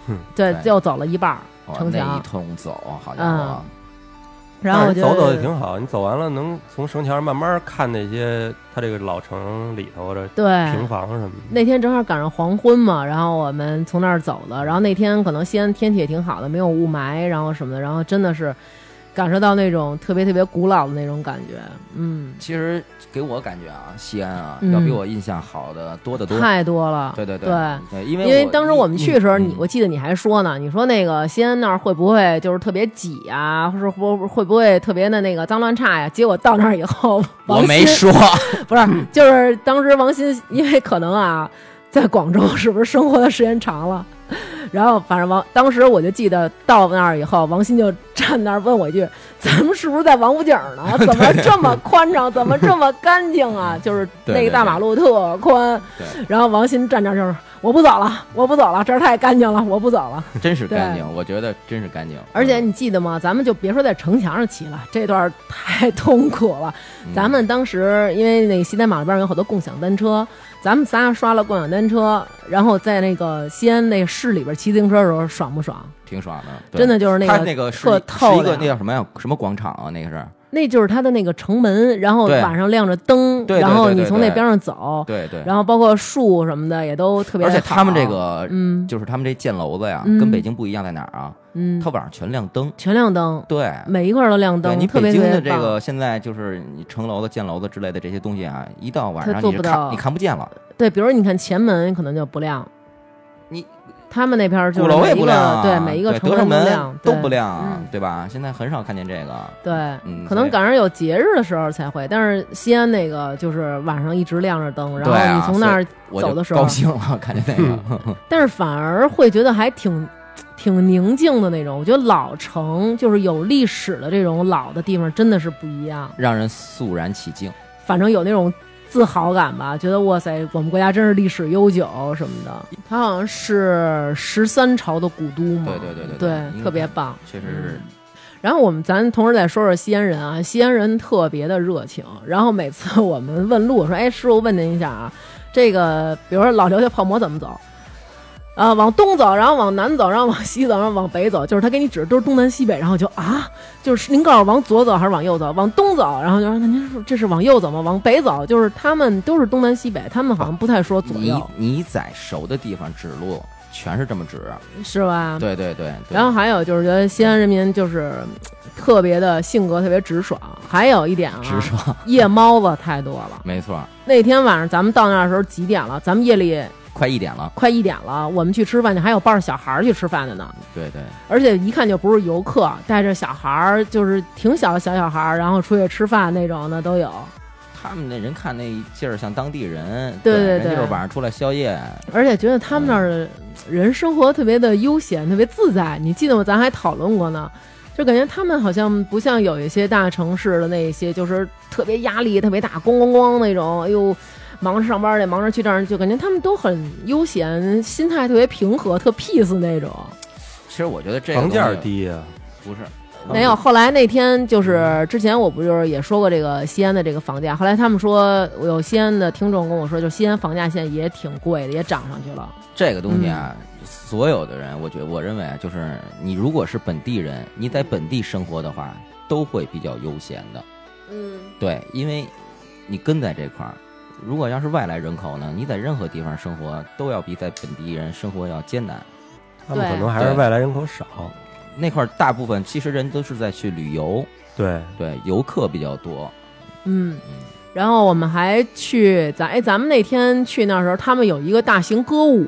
S4: 哼，
S3: 对，
S2: 对
S3: 就走了一半儿
S2: 哇
S3: 城
S2: 那一
S3: 墙。嗯
S2: 通走，好家伙，
S3: 然后我
S4: 但是
S3: 就
S4: 走走也挺好，你走完了能从城墙上慢慢看那些它这个老城里头的
S3: 对。
S4: 平房什么的。
S3: 那天正好赶上黄昏嘛，然后我们从那儿走的，然后那天可能西安天气也挺好的，没有雾霾，然后什么的，然后真的是感受到那种特别特别古老的那种感觉，嗯，
S2: 其实给我感觉啊，西安啊，
S3: 嗯
S2: 要比我印象好的多得多。
S3: 太多了，
S2: 对对
S3: 对，
S2: 对，因为
S3: 因为当时我们去的时候，
S2: 嗯
S3: 你我记得你还说呢，你说那个西安那儿会不会就是特别挤啊，或者会不会不会特别的那个脏乱差呀？结果到那儿以后，
S2: 我
S3: 王
S2: 没
S3: 鑫
S2: 说，
S3: 不是，就是当时王鑫因为可能啊，在广州 是不是生活的时间长了，然后反正王当时我就记得到那儿以后，王鑫就站那儿问我一句：“咱们是不是在王府井呢？怎么这么宽敞？怎么这么干净啊？就是
S2: 嗯对
S3: 那
S2: 对
S3: 个大
S2: 对
S3: 马路特宽。
S2: 对
S3: 然后王鑫站那儿就是：“我不走了，我不走了，这儿太干净了，我不走了。”
S2: 真是
S3: 对
S2: 干净，我觉得真是干净。嗯
S3: 而且你记得吗？咱们就别说在城墙上骑了，这段儿太痛苦了。
S2: 嗯
S3: 咱们当时因为那西单马路边儿有好多共享单车，咱们仨刷了共享单车，然后在那个西安那市里边骑自行车的时候，爽不爽？
S2: 挺爽的，对
S3: 真的就是
S2: 它
S3: 个
S2: 那个是
S3: 特
S2: 是
S3: 透
S2: 一个
S3: 亮哦
S2: 那叫什么呀？什么广场啊？那个是？
S3: 那就是它的那个城门，然后
S2: 对
S3: 晚上亮着灯，
S2: 对对
S3: 然后你
S2: 对对
S3: 从那
S2: 对
S3: 边上走，
S2: 对对。
S3: 然后包括树什么的也都特别
S2: 而
S3: 好。
S2: 且他们这个
S3: 嗯
S2: 就是他们这建楼子呀，
S3: 嗯
S2: 跟北京不一样在哪儿啊？
S3: 嗯
S2: 它，晚上全亮灯，
S3: 全亮灯，
S2: 对。
S3: 每一块儿都亮
S2: 对
S3: 灯，
S2: 你
S3: 特
S2: 北
S3: 别特
S2: 京的
S3: 别
S2: 这
S3: 棒。
S2: 个现在就是你城楼子、建楼子之类的这些东西啊，一到晚
S3: 它
S2: 上
S3: 做
S2: 你
S3: 不
S2: 是
S3: 到
S2: 看你看不见了，
S3: 对，比如你看前门可能就不亮，
S2: 你
S3: 他们那边儿就
S2: 鼓
S3: 是
S2: 楼
S3: 每
S2: 也
S3: 一
S2: 不
S3: 个
S2: 亮啊，
S3: 对每一个城
S2: 德胜
S3: 都
S2: 门
S3: 亮，
S2: 都
S3: 对
S2: 不亮啊
S3: 嗯，
S2: 对吧？现在很少看见这个，
S3: 对，
S2: 嗯
S3: 可
S2: 所
S3: 能
S2: 以
S3: 赶上有节日的时候才会，但是西安那个就是晚上一直亮着灯，然
S2: 对
S3: 后
S2: 啊
S3: 你从那儿，
S2: 我
S3: 走的时
S2: 就
S3: 候
S2: 高兴了，看见那
S4: 哎
S2: 个，
S3: 但是反而会觉得还挺挺宁静的那种。我觉得老城就是有历史的这种老的地方真的是不一样，
S2: 让人肃然起敬。
S3: 反正有那种自豪感吧，觉得哇塞，我们国家真是历史悠久什么的。它好像是十三朝的古都嘛，
S2: 对对对对对应该
S3: 特别棒。
S2: 确实是，
S3: 嗯然后我们咱同时再说说西安人啊，西安人特别的热情。然后每次我们问路，我说：“哎，师傅，问您一下啊，这个比如说老刘家泡馍怎么走？”呃，往东走，然后往南走，然后往西走，然后往北走，就是他给你指的都是东南西北，然后就啊，就是您告诉我往左走还是往右走？往东走，然后就说那您是这是往右走吗？往北走，就是他们都是东南西北，他们好像不太说左
S2: 你
S3: 右，
S2: 你在熟的地方指路，全是这么指。
S3: 是吧？
S2: 对对对。对
S3: 嗯然后还有就是觉得西安人民就是特别的性格特别直爽，还有一点啊，
S2: 直爽，
S3: 夜猫子太多了。
S2: 没错，
S3: 那天晚上咱们到那儿的时候几点了？咱们夜里
S2: 快一点了。
S3: 快一点了，我们去吃饭去，还有抱着小孩儿去吃饭的呢。
S2: 对对，
S3: 而且一看就不是游客，带着小孩儿，就是挺小的小小孩儿，然后出去吃饭那种的都有。
S2: 他们那人看那劲儿像当地人，
S3: 对对
S2: 人
S3: 对
S2: 就是晚上出来宵夜，
S3: 而且觉得他们那儿的人生活特别的悠闲，特别自在。你记得吗？咱还讨论过呢，就感觉他们好像不像有一些大城市的那些，就是特别压力特别大，咣咣咣那种，哎呦。忙着上班去，忙着去这儿，就感觉他们都很悠闲，心态特别平和，特 peace 那种。
S2: 其实我觉得这个
S4: 房价
S2: 东西
S4: 低啊，
S2: 不是
S3: 没有，后来那天就是之前我不就是也说过这个西安的这个房价，后来他们说我有西安的听众跟我说，就西安房价现在也挺贵的，也涨上去了。
S2: 这个东西啊，
S3: 嗯
S2: 所有的人，我觉我认为啊，就是你如果是本地人，你在本地生活的话，都会比较悠闲的。
S1: 嗯，
S2: 对，因为你根在这块儿。如果要是外来人口呢，你在任何地方生活都要比在本地人生活要艰难。
S4: 他们
S3: 对
S4: 可能还是外来人口少，
S2: 那块儿大部分其实人都是在去旅游，
S4: 对，
S2: 对，游客比较多。
S3: 嗯，然后我们还去咱哎，咱们那天去那时候，他们有一个大型歌舞，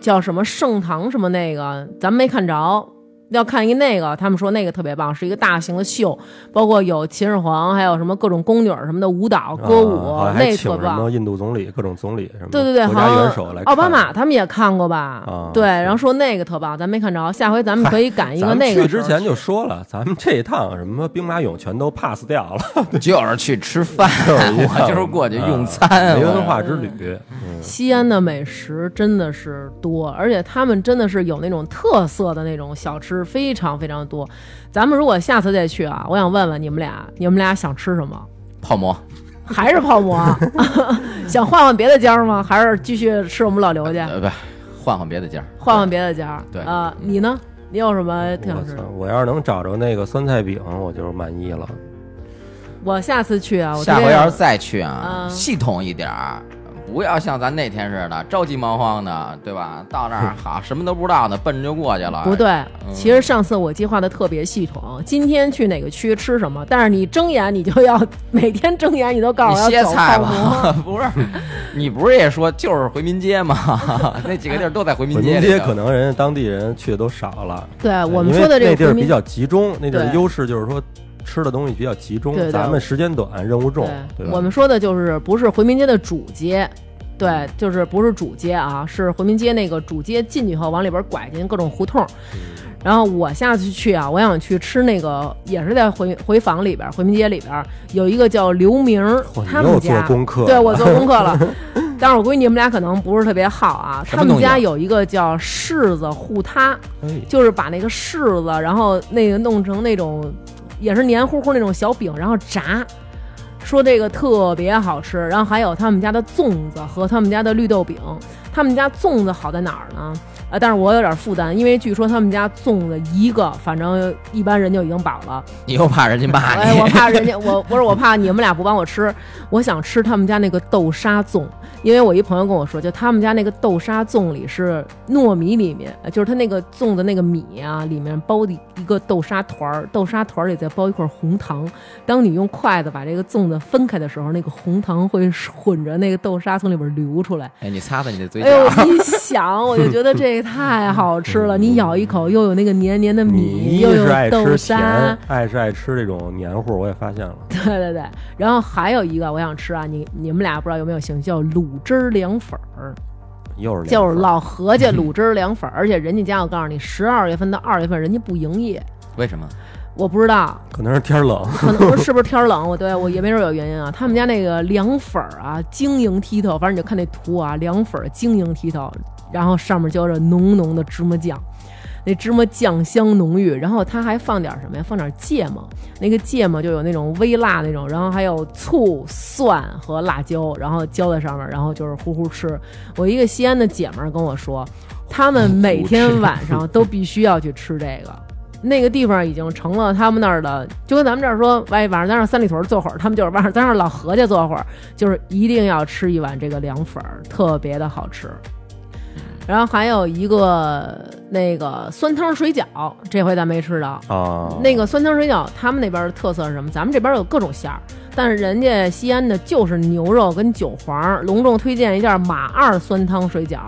S3: 叫什么盛唐什么那个，咱们没看着。要看一那个，他们说那个特别棒，是一个大型的秀，包括有秦始皇，还有什么各种宫女儿什么的舞蹈、歌舞，
S4: 啊好像还
S3: 那
S4: 请
S3: 特
S4: 什
S3: 棒
S4: 么。印度总理、各种总理什么，
S3: 对对对，
S4: 国
S3: 好
S4: 家
S3: 像
S4: 元首来看，
S3: 奥巴马他们也看过吧？
S4: 啊
S3: 对，
S4: 是
S3: 然后说那个特棒，咱没看着，下回咱们可以赶一个
S4: 咱们
S3: 那个。
S4: 去之前就说了，咱们这一趟什么兵马俑全都 pass 掉了，
S2: 就是去吃 饭， 我就是过去用餐。
S4: 嗯啊没
S2: 我
S4: 文化之旅。
S3: 嗯西安的美食真的是多，而且他们真的是有那种特色的那种小吃，非常非常多。咱们如果下次再去啊，我想问问你们俩，你们俩想吃什 么？
S2: 泡馍，
S3: 还是泡馍？ 想换换别的家儿吗？还是继续吃我们 老刘家？
S2: 呃，不，换换别的家儿，
S3: 换换别的家儿？
S2: 对
S3: 啊、你呢？你有什么特
S4: 我
S3: 想吃的
S4: 操！？我要是能找着那个酸菜饼，我就满意了。
S3: 我下次去啊，我
S2: 下
S3: 特
S2: 回
S3: 别
S2: 要是再去啊，
S3: 嗯
S2: 系统一点儿，不要像咱那天似的着急忙慌的，对吧？到那 儿好什么都不知道呢，奔着就过去了。嗯
S3: 不，对，其实上次我计划的特别系统，今天去哪个区吃什么，但是你睁眼你就要每天睁眼你都告
S2: 你
S3: 诉我
S2: 歇
S3: 要走
S2: 菜
S3: 泡馍。
S2: 吧， 不是？你不是也说就是回民街吗？ 那几个地儿都在回民
S4: 回民
S2: 里
S4: 街
S2: 头
S4: 可能人当地人去的都少了。
S3: 对啊我们
S4: 因为
S3: 说的这
S4: 那
S3: 个
S4: 地儿
S3: 回民
S4: 比较集中，那地儿的
S3: 对
S4: 优势就是说吃的东西比较集中
S3: 对，对
S4: 咱们时间短，任务重，
S3: 对，
S4: 对吧？
S3: 我们说的就是不是回民街的主街。对，就是不是主街啊，是回民街那个主街进去以后，往里边拐进各种胡同。
S4: 嗯
S3: 然后我下次去啊，我想去吃那个，也是在回回坊里边，回民街里边有一个叫刘明儿
S4: 哇，
S3: 他
S4: 哦你又
S3: 们
S4: 做
S3: 家
S4: 功课了
S3: 对我做功课 了。但是我估计你们俩可能不是特别好啊。
S2: 什么
S3: 他们
S2: 东西啊
S3: 家有一个叫柿子护塌，
S4: 哎
S3: 就是把那个柿子，然后那个弄成那种也是黏糊糊那种小饼，然后炸。说这个特别好吃，然后还有他们家的粽子和他们家的绿豆饼。他们家粽子好在哪儿呢？呃，但是我有点负担，因为据说他们家粽子一个，反正一般人就已经饱了。
S2: 你又怕人家骂
S3: 哎，
S2: 你
S3: 我，怕 人家，我不是我怕你们俩不帮我吃，我想吃他们家那个豆沙粽，因为我一朋友跟我说，就他们家那个豆沙粽里是糯米里面，呃就是它那个粽子那个米啊，里面包的一个豆沙团儿，豆沙团儿里再包一块红糖。当你用筷子把这个粽子分开的时候，那个红糖会混着那个豆沙从里边流出来。
S2: 哎，你擦擦你的嘴
S3: 哎呦，
S2: 角。
S3: 我一想我就觉得这也太好吃 了，你咬一口又有那个黏黏的米，
S4: 你一
S3: 又有
S4: 是爱
S3: 豆
S4: 吃
S3: 沙
S4: 甜，，爱是爱吃这种黏糊，我也发现了。
S3: 对对对，然后还有一个我想吃啊，你你们俩不知道有没有兴趣，叫卤汁儿凉粉儿，
S4: 又是
S3: 就是老何家卤汁儿凉粉儿，而且人家家我告诉你，十二月份到二月份人家不营业，
S2: 为什么？
S3: 我不知道，
S4: 可能是 天儿冷，
S3: 可能是不是天儿冷，我对我也没准有原因啊。他们家那个凉粉儿啊，晶莹剔透，反正你就看那图啊，凉粉儿晶莹剔透，然后上面浇着浓浓的芝麻酱，那芝麻酱香浓郁，然后它还放点什么呀？放点芥末，那个芥末就有那种微辣那种，然后还有醋、蒜和辣椒，然后浇在上面，然后就是呼呼吃。我一个西安的姐们儿跟我说。他们每
S2: 不
S3: 天
S2: 吃
S3: 晚上都必须要去吃这个。那个地方已经成了他们那儿的，就跟咱们这儿说，哎，晚上咱上三里屯坐会儿，他们就是晚上咱上老何家坐会儿，就是一定要吃一碗这个凉粉儿，特别的好吃。然后还有一个那个酸汤水饺，这回咱没吃到，
S4: 啊，
S3: 那个酸汤水饺，他们那边的特色是什么？咱们这边有各种馅儿，但是人家西安的就是牛肉跟韭黄。隆重推荐一下马二酸汤水饺，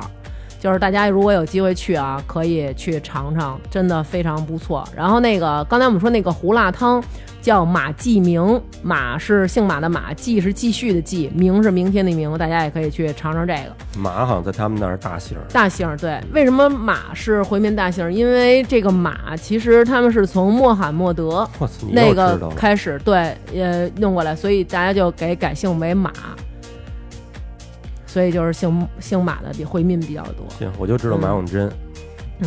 S3: 就是大家如果有机会去啊，可以去尝尝，真的非常不错。然后那个刚才我们说那个胡辣汤叫马继明，马是姓马的马，继是继续的继，明是明天的明，大家也可以去尝尝这个。
S4: 马好像在他们那儿大型儿，
S3: 大姓儿对，为什么马是回民大姓儿？因为这个马其实他们是从穆罕默德
S4: 我操，你又
S3: 那
S4: 知
S3: 个
S4: 道了。
S3: 开始对呃弄过来，所以大家就给改姓为马，所以就是姓姓马的比回民比较多。
S4: 行，我就知
S3: 嗯
S4: 道马永贞，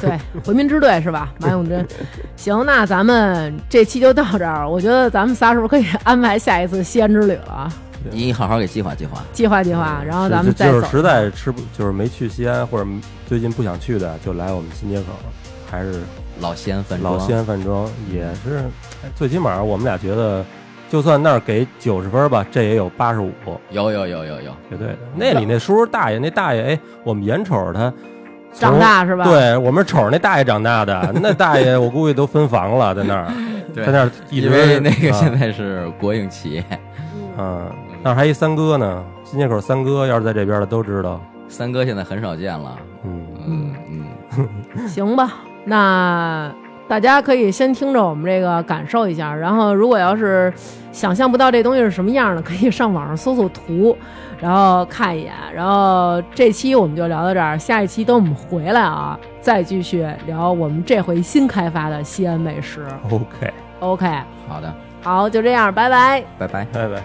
S3: 对，回民支队是吧？马永贞。行，那咱们这期就到这儿。我觉得咱们仨是不是可以安排下一次西安之旅了啊？
S2: 你好好给计划计划。
S3: 计划计划，然后咱们
S4: 就
S3: 再
S4: 就
S3: 走。
S4: 嗯是实在吃不，就是没去西安或者最近不想去的，就来我们新街口，还是
S2: 老西安饭
S4: 老
S2: 庄
S4: 西安饭庄，也是哎最起码我们俩觉得，就算那儿给九十分吧，这也有八十五，
S2: 有有有有有，
S4: 绝对的。那里那叔叔大爷，那大爷，哎，我们眼瞅着他从
S3: 长大是吧
S4: 对我们瞅着那大爷长大 的，那大爷我估计都分房了，在那儿，
S2: 对
S4: 在那儿一直
S2: 因为那个
S4: 啊
S2: 现在是国营企业，
S4: 嗯，那儿还一三哥呢，新街口三哥，要是在这边的都知道。
S2: 三哥现在很少见了。
S4: 嗯，
S2: 嗯嗯，
S3: 行吧，那大家可以先听着我们这个感受一下，然后如果要是想象不到这东西是什么样的，可以上网上搜搜图，然后看一眼。然后这期我们就聊到这儿，下一期等我们回来啊，再继续聊我们这回新开发的西安美食。
S4: OK，
S3: OK，
S2: 好的，
S3: 好，就这样，拜拜。
S2: 拜拜。
S4: 拜拜。